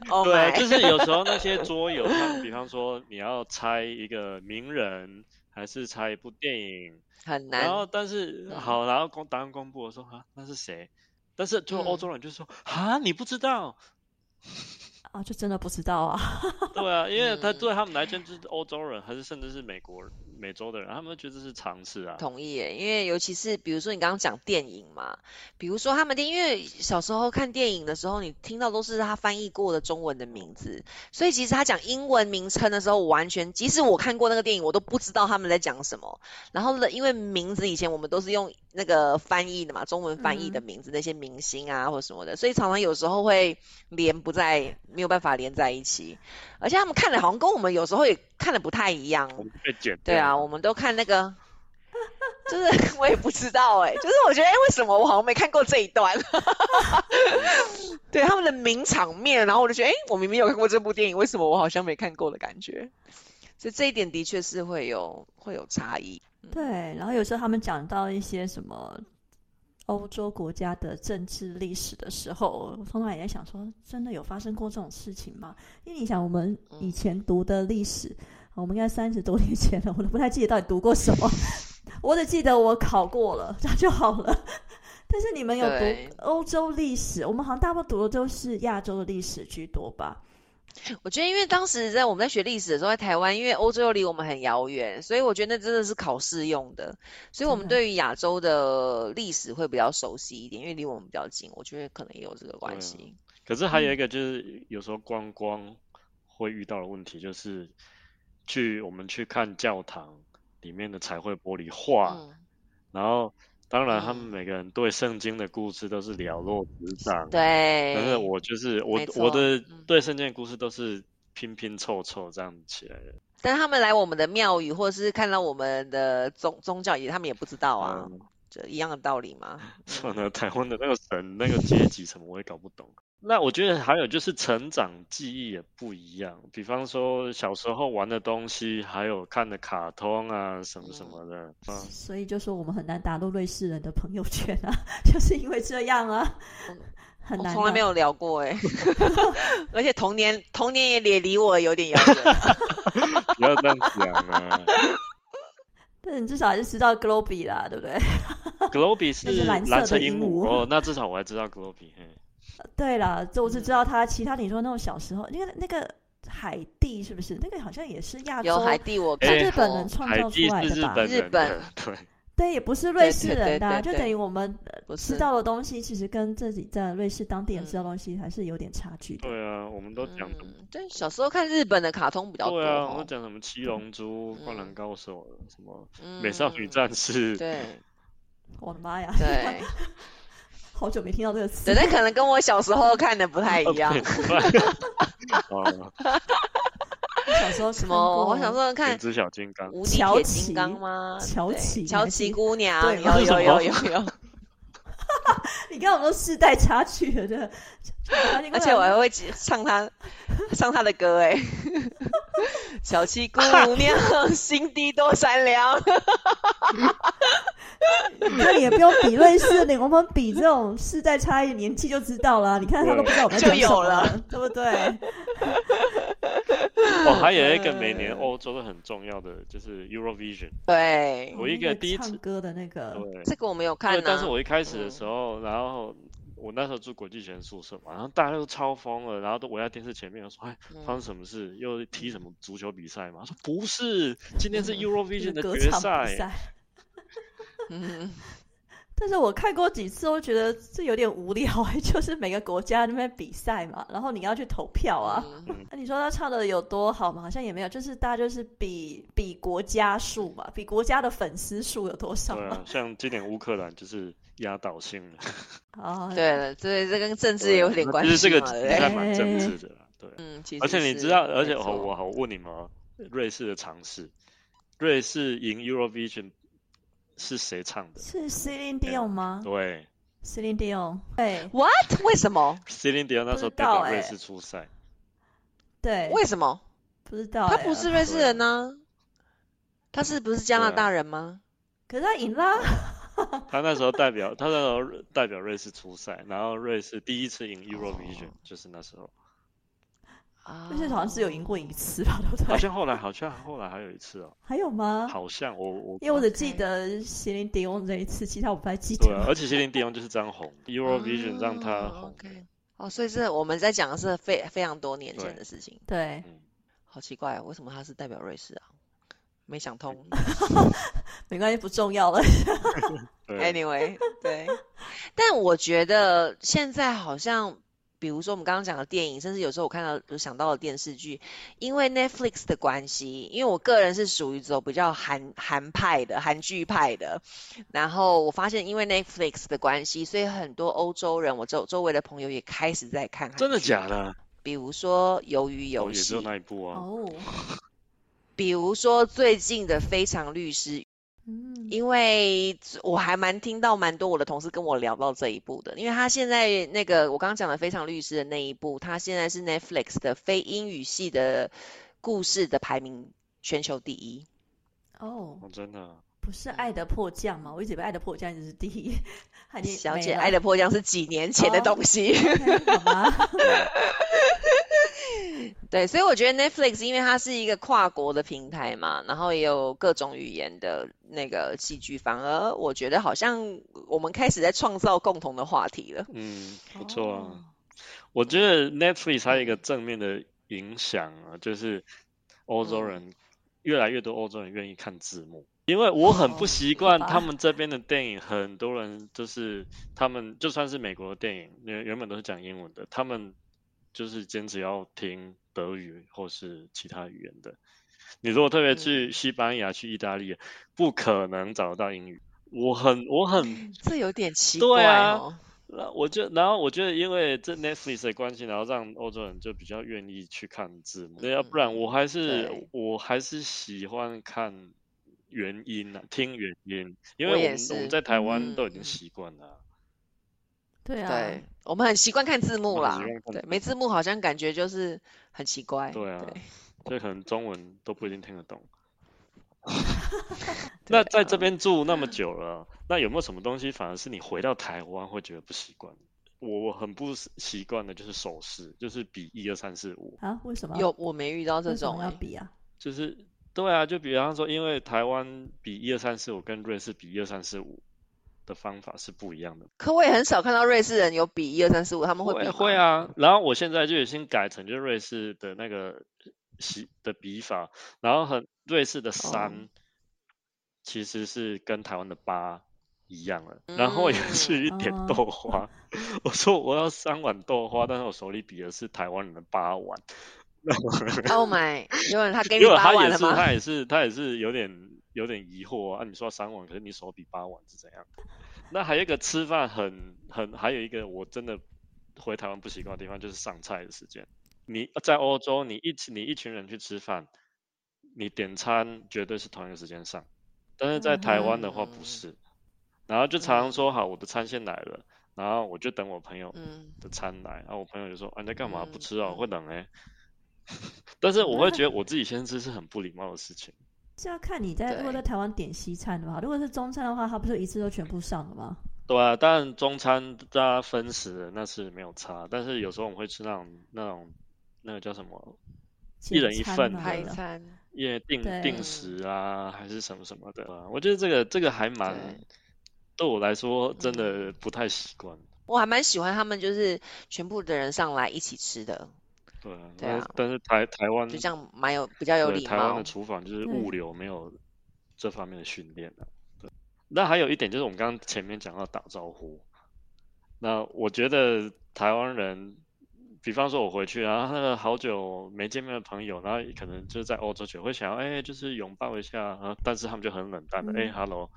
Speaker 3: 哦
Speaker 4: ，Oh
Speaker 2: 对啊，
Speaker 4: my
Speaker 2: 就是有时候那
Speaker 3: *laughs*
Speaker 2: 些桌游，像比方说你要猜一个名人，还是猜一部电影，
Speaker 4: 很
Speaker 2: 然后
Speaker 4: 难，
Speaker 2: 但是
Speaker 4: 嗯
Speaker 2: 好，然后公答案公布我说啊那是谁，但是就欧
Speaker 4: 嗯
Speaker 2: 洲人就说啊你不知道，
Speaker 3: 啊，就真的不知道啊。
Speaker 2: 对啊，因为他
Speaker 4: 嗯
Speaker 2: 对他们来讲就是欧洲人，还是甚至是美国人、美洲的人，他们觉得这是常识啊。
Speaker 4: 同意耶，因为尤其是比如说你刚刚讲电影嘛，比如说他们电，因为小时候看电影的时候，你听到都是他翻译过的中文的名字，所以其实他讲英文名称的时候，我完全即使我看过那个电影，我都不知道他们在讲什么。然后呢，因为名字以前我们都是用那个翻译的嘛，中文翻译的名字，那些明星啊或什么的，所以常常有时候会连不在，没有办法连在一起。而且他们看的好像跟我们有时候也看的不太一样。
Speaker 2: 我们被剪
Speaker 4: 对
Speaker 2: 掉
Speaker 4: 啊，
Speaker 2: 了
Speaker 4: 我们都看那个， *laughs* 就是 *laughs* 我也不知道哎、就是我觉得哎、为什么我好像没看过这一段？ *laughs* 对他们的名场面，然后我就觉得哎、我明明有看过这部电影，为什么我好像没看过的感觉？所以这一点的确是会有会有差异。嗯
Speaker 3: 对，然后有时候他们讲到一些什么欧洲国家的政治历史的时候，我通常也在想说，真的有发生过这种事情吗？因为你想，我们
Speaker 4: 嗯
Speaker 3: 以前读的历史，我们应该三十多年前了，我都不太记得到底读过什么，我只记得我考过了，这样就好了。但是你们有
Speaker 4: 对
Speaker 3: 读欧洲历史，我们好像大部分读的都是亚洲的历史居多吧？
Speaker 4: 我觉得，因为当时在我们在学历史的时候，在台湾，因为欧洲又离我们很遥远，所以我觉得那真的是考试用的。所以我们
Speaker 3: 真的
Speaker 4: 对于亚洲的历史会比较熟悉一点，因为离我们比较近，我觉得可能也有这个
Speaker 2: 对啊
Speaker 4: 关系。
Speaker 2: 可是
Speaker 4: 嗯
Speaker 2: 还有一个就是有时候观光会遇到的问题，就是去我们去看教堂里面的彩绘玻璃画，
Speaker 4: 嗯，
Speaker 2: 然后当然他们
Speaker 4: 嗯
Speaker 2: 每个人对圣经的故事都是了若指掌，啊
Speaker 4: 对。
Speaker 2: 但是我就是我
Speaker 4: 没
Speaker 2: 我
Speaker 4: 错
Speaker 2: 的
Speaker 4: 嗯
Speaker 2: 对圣经的故事都是拼拼凑凑这样起来的。
Speaker 4: 但他们来我们的庙宇，或者是看到我们的宗宗教也，他们也不知道啊，
Speaker 2: 嗯，
Speaker 4: 这一样的道理嘛。
Speaker 2: 算了，台湾的那个神那个阶级什么我也搞不懂。那我觉得还有就是成长记忆也不一样，比方说小时候玩的东西，还有看的卡通啊什么什么的，嗯，
Speaker 3: 所以就说我们很难打入瑞士人的朋友圈啊， *laughs* 就是因为这样啊，很
Speaker 4: 嗯我
Speaker 3: 难、啊。
Speaker 4: 从来没有聊过
Speaker 3: *laughs*
Speaker 4: 哎、而且童年童年也也离我有点遥
Speaker 3: *laughs*
Speaker 4: 远。
Speaker 2: 不要这样讲啊。
Speaker 3: 但是你至少还是知道 Globy 啦，对不对？
Speaker 2: Globy
Speaker 3: *laughs* 那是
Speaker 2: 是
Speaker 3: 蓝色
Speaker 2: 蓝色
Speaker 3: 的
Speaker 2: 鹦
Speaker 3: 鹦鹉
Speaker 2: 哦，那至少我还知道 Globy，嘿
Speaker 3: *laughs* 对啦，这
Speaker 4: 嗯
Speaker 3: 我是知道他。其他你说那种小时候，因为那个海地是不是？那个好像也是亚洲
Speaker 4: 有，海地我
Speaker 3: 是
Speaker 4: 看
Speaker 2: 哎
Speaker 3: 日本
Speaker 4: 过
Speaker 3: 人创
Speaker 2: 海
Speaker 3: 造出
Speaker 2: 地
Speaker 3: 来
Speaker 2: 是
Speaker 3: 的
Speaker 2: 日
Speaker 3: 吧？
Speaker 2: 本
Speaker 4: 日
Speaker 2: 人
Speaker 4: 本
Speaker 2: 的，对，
Speaker 3: 对，也不是瑞士人的、啊，
Speaker 4: 对对对对
Speaker 3: 就等于我们呃
Speaker 4: 不
Speaker 3: 吃
Speaker 4: 是
Speaker 3: 到的东西，其实跟自己在瑞士当地人吃到的东西还是有点差距的。
Speaker 2: 对啊，我们都讲什么
Speaker 4: 嗯，对，小时候看日本的卡通比较多
Speaker 2: 对啊，我
Speaker 4: 哦
Speaker 2: 们讲什么七龙珠、灌篮高手、什么
Speaker 4: 嗯
Speaker 2: 美少女战士， *laughs*
Speaker 4: 对
Speaker 3: 我的妈呀，
Speaker 4: 对
Speaker 3: *laughs* 好久没听到这个词
Speaker 4: 对，。那可能跟我小时候看的不太一
Speaker 2: *laughs*
Speaker 4: 样。 *laughs*
Speaker 2: 哦，
Speaker 3: 小时候
Speaker 4: 什
Speaker 3: 看
Speaker 4: 么？
Speaker 3: 过
Speaker 4: 我小时候看
Speaker 2: 原子小金刚，
Speaker 4: 无敌
Speaker 3: 乔
Speaker 4: 铁
Speaker 3: 琪
Speaker 4: 金刚吗？
Speaker 3: 乔
Speaker 4: 对
Speaker 3: 琪
Speaker 4: 乔
Speaker 3: 还
Speaker 4: 琪
Speaker 3: 是
Speaker 4: 姑娘，
Speaker 3: 对
Speaker 4: 有
Speaker 2: 是什
Speaker 4: 有有
Speaker 2: 么
Speaker 4: 有有。
Speaker 3: 你看我们都世代差距了，真的。 *laughs*
Speaker 4: 而且我还会记唱 *laughs* 他唱他的歌 *laughs* 哎， *laughs* 小七姑娘心地多善良，
Speaker 3: 那你也不用比瑞士领，我们比这种世代差异年纪就知道了。你看他都不知道我们在讲什
Speaker 4: 就有
Speaker 3: 么
Speaker 4: 了，
Speaker 3: 对不对？
Speaker 4: 嗯
Speaker 2: 哦，还有一个每年欧洲都很重要的就是 Eurovision，
Speaker 4: 对，
Speaker 2: 我一个
Speaker 3: 那
Speaker 2: 第一次
Speaker 3: 唱歌的那个，
Speaker 2: 对，
Speaker 4: 这个我没有
Speaker 2: 对
Speaker 4: 嗯看
Speaker 2: 但是
Speaker 4: 啊
Speaker 2: 我一开始的
Speaker 4: 嗯
Speaker 2: 时候，然后我那时候住国际学生宿舍嘛，然后大家都超疯了，然后都围在电视前面，我说哎，发生
Speaker 4: 嗯
Speaker 2: 什么事？又踢什么足球比赛吗？他说不是，今天是 Eurovision 的
Speaker 3: 歌
Speaker 2: 决
Speaker 3: 唱比
Speaker 2: 赛。
Speaker 3: 赛。
Speaker 4: 嗯，
Speaker 3: 但是我看过几次，我觉得这有点无聊、欸 *laughs* 就是每个国家那边比赛嘛，然后你要去投票啊。
Speaker 4: 嗯
Speaker 3: 那、你说他唱的有多好嘛？好像也没有，就是大家就是比比国家数嘛，比国家的粉丝数有多少
Speaker 2: 对啊
Speaker 3: 嘛。， *laughs*
Speaker 2: 像今年乌克兰就是压倒性的，
Speaker 3: 啊，
Speaker 4: 对了，这这跟政治也有点
Speaker 2: 那
Speaker 4: 关
Speaker 2: 其
Speaker 4: 系
Speaker 2: 实这个
Speaker 4: 嘛，对不
Speaker 2: 比
Speaker 4: 对
Speaker 2: 赛蛮政治的啦，对。
Speaker 4: 嗯，其实
Speaker 2: 而且你
Speaker 4: 是
Speaker 2: 知道，而
Speaker 4: 没
Speaker 2: 且好，
Speaker 4: 错
Speaker 2: 我好我问你们哦，瑞士的尝试，瑞士赢 Eurovision 是谁唱的？
Speaker 3: 是 Celine Dion 吗
Speaker 2: 对啊
Speaker 3: ？Celine Dion，对
Speaker 4: what 为什么？
Speaker 2: ，Celine Dion 那时候
Speaker 3: 不知
Speaker 2: 代
Speaker 3: 道
Speaker 2: 表瑞
Speaker 3: 欸
Speaker 2: 士出赛，
Speaker 3: 对，
Speaker 4: 为什么？
Speaker 3: 不知道、
Speaker 4: 他
Speaker 3: 哎
Speaker 4: 不是，瑞士
Speaker 2: 对
Speaker 4: 人呢、他是不是加拿
Speaker 2: 对啊
Speaker 4: 大人吗？
Speaker 3: 可是他赢啦。
Speaker 2: 他那时候代表他那时候代表瑞士出赛，然后瑞士第一次赢 Eurovision，就是那时候，
Speaker 4: 啊
Speaker 3: 但是好像只有赢过一次吧，对不
Speaker 2: 好
Speaker 3: 对？
Speaker 2: 像后来好像后来还有一次哦，
Speaker 3: 还有吗？
Speaker 2: 好像我我
Speaker 3: 因为我只记
Speaker 4: OK
Speaker 3: 得 Celine Dion 这一次，其他我不太记
Speaker 2: 对啊，
Speaker 3: 得。
Speaker 2: 而且谢林迪翁就是这样红，Eurovision 让他
Speaker 4: 哦
Speaker 2: 红的，
Speaker 4: OK，哦，所以是我们在讲的是非非常多年前
Speaker 2: 对
Speaker 4: 的事情，
Speaker 3: 对，
Speaker 2: 嗯，
Speaker 4: 好奇怪、哦，为什么他是代表瑞士啊？没想通。
Speaker 3: 没关系，不重要了。
Speaker 2: *laughs*
Speaker 4: 哎
Speaker 2: 对，
Speaker 4: Anyway，对，但我觉得现在好像，比如说我们刚刚讲的电影，甚至有时候我看到有想到的电视剧，因为 Netflix 的关系，因为我个人是属于走比较韩韩派的韩剧派的，然后我发现因为 Netflix 的关系，所以很多欧洲人，我周周围的朋友也开始在看韩
Speaker 2: 真的
Speaker 4: 剧
Speaker 2: 假的？
Speaker 4: 比如说《鱿鱼
Speaker 2: 我
Speaker 4: 游
Speaker 2: 也
Speaker 4: 戏
Speaker 2: 只有》，那一部啊，
Speaker 3: 哦，
Speaker 4: 比如说最近的《非常律师
Speaker 3: 嗯，
Speaker 4: 因为我还蛮听到蛮多我的同事跟我聊到这一部的，因为他现在那个我刚刚讲的《非常律师》的那一部，他现在是 Netflix 的非英语系的故事的排名全球第一。
Speaker 3: 哦，
Speaker 2: 哦，真的啊，
Speaker 3: 不是《爱的迫降》吗？我一直以为《爱的迫降》一直是第一， *laughs* 还念
Speaker 4: 小姐，《
Speaker 3: 没了 *laughs*
Speaker 4: 爱的迫降》是几年前的
Speaker 3: 哦
Speaker 4: 东西。 *laughs*
Speaker 3: OK，好吗？
Speaker 4: 对，所以我觉得 Netflix 因为它是一个跨国的平台嘛，然后也有各种语言的那个戏剧，反而我觉得好像我们开始在创造共同的话题 *laughs* 了。
Speaker 2: 嗯，不错啊。
Speaker 3: 哦
Speaker 2: 我觉得 Netflix 它有一个正面的影响啊，就是欧洲
Speaker 4: 嗯
Speaker 2: 人越来越多欧洲人愿意看字幕，因为我很不
Speaker 4: 哦
Speaker 2: 习
Speaker 3: 好
Speaker 2: 惯
Speaker 3: 吧
Speaker 2: 他们这边的电影，很多人就是他们就算是美国的电影，原原本都是讲英文的，他们就是坚持要听德语或是其他语言的。你如果特别
Speaker 4: 嗯
Speaker 2: 去西班牙、去意大利，不可能找得到英语。我很我很
Speaker 4: 这有点奇
Speaker 2: 对
Speaker 4: 怪
Speaker 2: 啊
Speaker 4: 哦。
Speaker 2: 那我就，然后我觉得，因为这 Netflix 的关系，然后让欧洲人就比较愿意去看字幕，对，要不然我还是
Speaker 4: 嗯对
Speaker 2: 我还是喜欢看原音啊，听原音，因为我
Speaker 4: 我也
Speaker 2: 们我们
Speaker 4: 是
Speaker 2: 在台湾都已
Speaker 4: 嗯
Speaker 2: 经习惯了，啊
Speaker 3: 对啊，
Speaker 4: 对，我们很习惯看字幕
Speaker 2: 我们很
Speaker 4: 啦
Speaker 2: 习惯看，
Speaker 4: 对
Speaker 2: 字，
Speaker 4: 没字幕好像感觉就是很奇怪。
Speaker 2: 对啊
Speaker 4: 对，
Speaker 2: 所以可能中文都不一定听得
Speaker 4: *laughs*
Speaker 2: 懂。
Speaker 4: 啊
Speaker 2: 那在这边住那么
Speaker 4: *laughs*
Speaker 2: 久了，那有没有什么东西反而是你回到台湾会觉得不习惯？我我很不习惯的就是手势，就是比一二三四五。
Speaker 3: 啊，为什么
Speaker 4: 有我没遇到这
Speaker 3: 为什
Speaker 4: 种
Speaker 3: 么要
Speaker 4: 哎，
Speaker 3: 比啊？
Speaker 2: 就是对啊，就比方说，因为台湾比一二三四五跟瑞士比一二三四五的方法是不一样的。
Speaker 4: 可我也很少看到瑞士人有比一二三四五，他们会比
Speaker 2: 会
Speaker 4: 吗
Speaker 2: 会，啊，然后我现在就已经改成就是瑞士的那个习的笔法，然后很瑞士的
Speaker 4: 哦
Speaker 2: 三其实是跟台湾的八一样了。然后我有一次
Speaker 4: 嗯
Speaker 2: 去点
Speaker 3: 哦
Speaker 2: 豆花， *laughs* 我说我要三碗豆花，但是我手里比的是台湾人的八碗。
Speaker 4: Oh my，有人他给你
Speaker 2: 因为
Speaker 4: 八
Speaker 2: 他
Speaker 4: 碗
Speaker 2: 也
Speaker 4: 了
Speaker 2: 是，
Speaker 4: 吗？
Speaker 2: 他也是，他也是有点有点疑惑啊。啊你说三碗，可是你手比八碗是怎样？那还有一个吃饭很很，还有一个我真的回台湾不习惯的地方，就是上菜的时间。你在欧洲，你一起你一群人去吃饭，你点餐绝对是同一个时间上，但是在台湾的话不
Speaker 4: 嗯
Speaker 2: 是。然后就常常说好，我的餐先来了，然后我就等我朋友
Speaker 4: 嗯，
Speaker 2: 的餐来，然后我朋友就说啊你在干嘛不 *laughs*
Speaker 4: 嗯
Speaker 2: 吃啊，我会
Speaker 4: 嗯
Speaker 2: 冷哎、但是我会觉得我自己先吃是很不礼貌的事情，
Speaker 3: 这要看你在如果在
Speaker 4: 对
Speaker 3: 台湾点西餐的话，如果是中餐的话，它不是一次都全部上了吗？
Speaker 2: 对啊，当然中餐大家分食那是没有差，但是有时候我们会吃那种那种那个叫什么，一人一
Speaker 3: 简餐啊
Speaker 2: 份
Speaker 3: 嘛
Speaker 2: 的
Speaker 4: 排
Speaker 2: 了
Speaker 4: 餐，
Speaker 2: 也定定
Speaker 3: 对
Speaker 2: 时啊，还是什么什么的啊。我觉得这个这个还蛮
Speaker 4: 对嗯
Speaker 2: 对我来说真的不太习惯。
Speaker 4: 我还蛮喜欢他们，就是全部的人上来一起吃的，
Speaker 2: 对啊，
Speaker 4: 对
Speaker 2: 但
Speaker 4: 啊
Speaker 2: 但是台台湾
Speaker 4: 就这样蛮有比较有
Speaker 2: 嗯对
Speaker 4: 礼
Speaker 2: 台湾
Speaker 4: 貌
Speaker 2: 的。厨房就是
Speaker 3: 对
Speaker 2: 物流没有这方面的训练啊。对，那还有一点就是我们刚刚前面讲到打招呼，那我觉得台湾人，比方说我回去，然后那个好久没见面的朋友，然后可能就是在欧洲就会想要，哎，就是拥抱一下，然后但是他们就很冷淡的，哎
Speaker 3: 嗯
Speaker 4: *laughs*
Speaker 2: ，hello，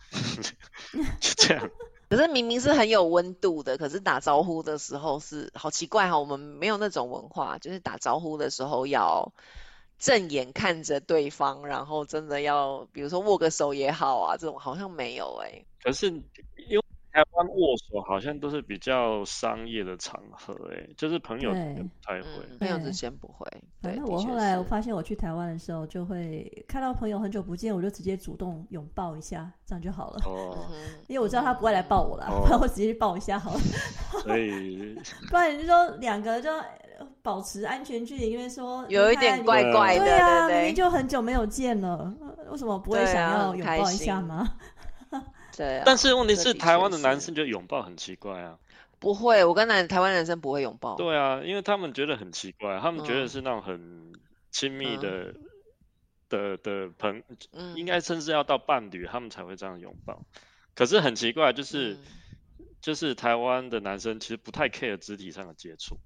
Speaker 2: 就这样。
Speaker 4: 可是明明是很有温度的，可是打招呼的时候是好奇怪哈、我们没有那种文化，就是打招呼的时候要正眼看着对方，然后真的要比如说握个手也好啊，这种好像没有哎、
Speaker 2: 可是因为台湾握手好像都是比较商业的场合，哎，就是朋友之间
Speaker 3: 对
Speaker 2: 不太会。
Speaker 4: 嗯，朋友
Speaker 3: 对
Speaker 4: 之间不会，
Speaker 3: 反
Speaker 4: 对，
Speaker 3: 正
Speaker 4: 的
Speaker 3: 我
Speaker 4: 确
Speaker 3: 后来我
Speaker 4: 是
Speaker 3: 发现，我去台湾的时候，就会看到朋友很久不见，我就直接主动拥抱一下，这样就好了。
Speaker 4: 嗯
Speaker 2: 哦，
Speaker 4: 哼
Speaker 3: 因为我知道他不会来抱我啦，
Speaker 2: 哦
Speaker 3: 不然我直接去抱一下好了。 *laughs*
Speaker 2: 所以
Speaker 3: 不然你就说两个就保持安全距离，因为说
Speaker 4: 有一
Speaker 3: 嗨
Speaker 4: 点
Speaker 3: 你
Speaker 4: 怪
Speaker 2: 对
Speaker 4: 怪的，
Speaker 3: 对啊，明
Speaker 4: 对
Speaker 3: 明就很久没有见了，呃为什么不会
Speaker 4: 对
Speaker 3: 想
Speaker 4: 啊
Speaker 3: 要
Speaker 4: 很
Speaker 3: 拥
Speaker 4: 开
Speaker 3: 抱一下
Speaker 4: 心
Speaker 3: 吗？ *laughs*
Speaker 4: 对啊
Speaker 2: 但是问题
Speaker 4: 这
Speaker 2: 是，
Speaker 4: 的
Speaker 2: 台
Speaker 4: 确
Speaker 2: 湾的男
Speaker 4: 是
Speaker 2: 生觉得拥抱很奇怪啊。
Speaker 4: 不会，我跟男台湾男生不会拥抱，
Speaker 2: 对啊，因为他们觉得很奇怪，他们觉得
Speaker 4: 哦嗯
Speaker 2: 是那种很亲密
Speaker 4: 嗯
Speaker 2: 的、的的朋，
Speaker 4: 嗯，
Speaker 2: 应该甚至要到伴侣，他们才会这样拥抱。可是很奇怪，就是、
Speaker 4: 嗯
Speaker 2: 就是台湾的男生其实不太 care 肢体上的接触，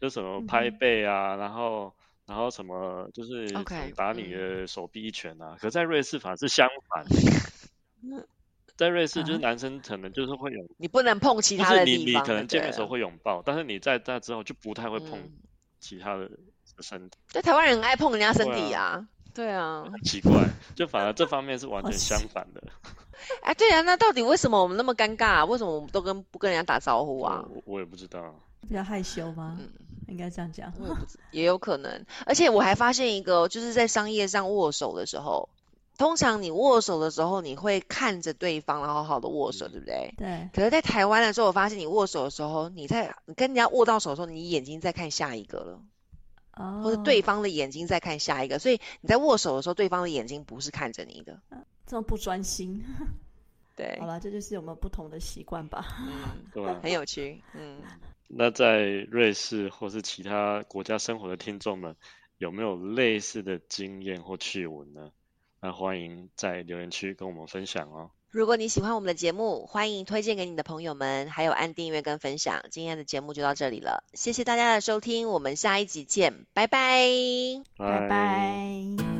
Speaker 2: 就什么
Speaker 3: 嗯
Speaker 2: 拍
Speaker 3: 哼
Speaker 2: 背啊，然后然后什么就是什么
Speaker 4: OK，
Speaker 2: 打你
Speaker 4: 嗯
Speaker 2: 的手臂一拳啊。可在瑞士反而是相
Speaker 4: *laughs*
Speaker 2: 反，在瑞士就是
Speaker 3: 啊
Speaker 2: 男生可能就是会有。
Speaker 4: 你不能碰其
Speaker 2: 就
Speaker 4: 他
Speaker 2: 是
Speaker 4: 的
Speaker 2: 你
Speaker 4: 地
Speaker 2: 你
Speaker 4: 方，
Speaker 2: 可能见面的时候
Speaker 4: 会
Speaker 2: 会拥抱，但是你在那之后就不太会碰
Speaker 4: 嗯，
Speaker 2: 其他的身体，
Speaker 4: 对，台湾人很爱碰人家身
Speaker 2: 对
Speaker 4: 体
Speaker 2: 啊
Speaker 4: 啊，对啊，
Speaker 2: 很奇怪，就反而这方面是完
Speaker 3: 好
Speaker 2: 全相反的。
Speaker 4: 哎，对啊，那到底为什么我们那么尴尬啊？为什么我们都跟不跟人家打招呼
Speaker 2: 我
Speaker 4: 啊？
Speaker 2: 我我也不知道，
Speaker 3: 比较害羞吗？
Speaker 4: 嗯
Speaker 3: 应该这样讲。
Speaker 4: 我也不知，也有可能。而且我还发现一个，就是在商业上握手的时候，通常你握手的时候，你会看着对方，然后好好的握手，
Speaker 2: 嗯
Speaker 4: 对不对？
Speaker 3: 对，
Speaker 4: 可是，在台湾的时候，我发现你握手的时候，你在你跟人家握到手的时候，你眼睛在看下一个了，
Speaker 3: 哦，
Speaker 4: 或者对方的眼睛在看下一个，所以你在握手的时候，对方的眼睛不是看着你的。
Speaker 3: 这么不专心。
Speaker 4: 对
Speaker 3: 好，了，这就是我们不同的习惯吧。
Speaker 4: 嗯，
Speaker 2: 对吧？
Speaker 4: 很有趣，嗯。
Speaker 2: 那在瑞士或是其他国家生活的听众们，有没有类似的经验或趣闻呢？那欢迎在留言区跟我们分享哦。
Speaker 4: 如果你喜欢我们的节目，欢迎推荐给你的朋友们，还有按订阅跟分享。今天的节目就到这里了，谢谢大家的收听，我们下一集见，拜拜。
Speaker 3: 拜拜。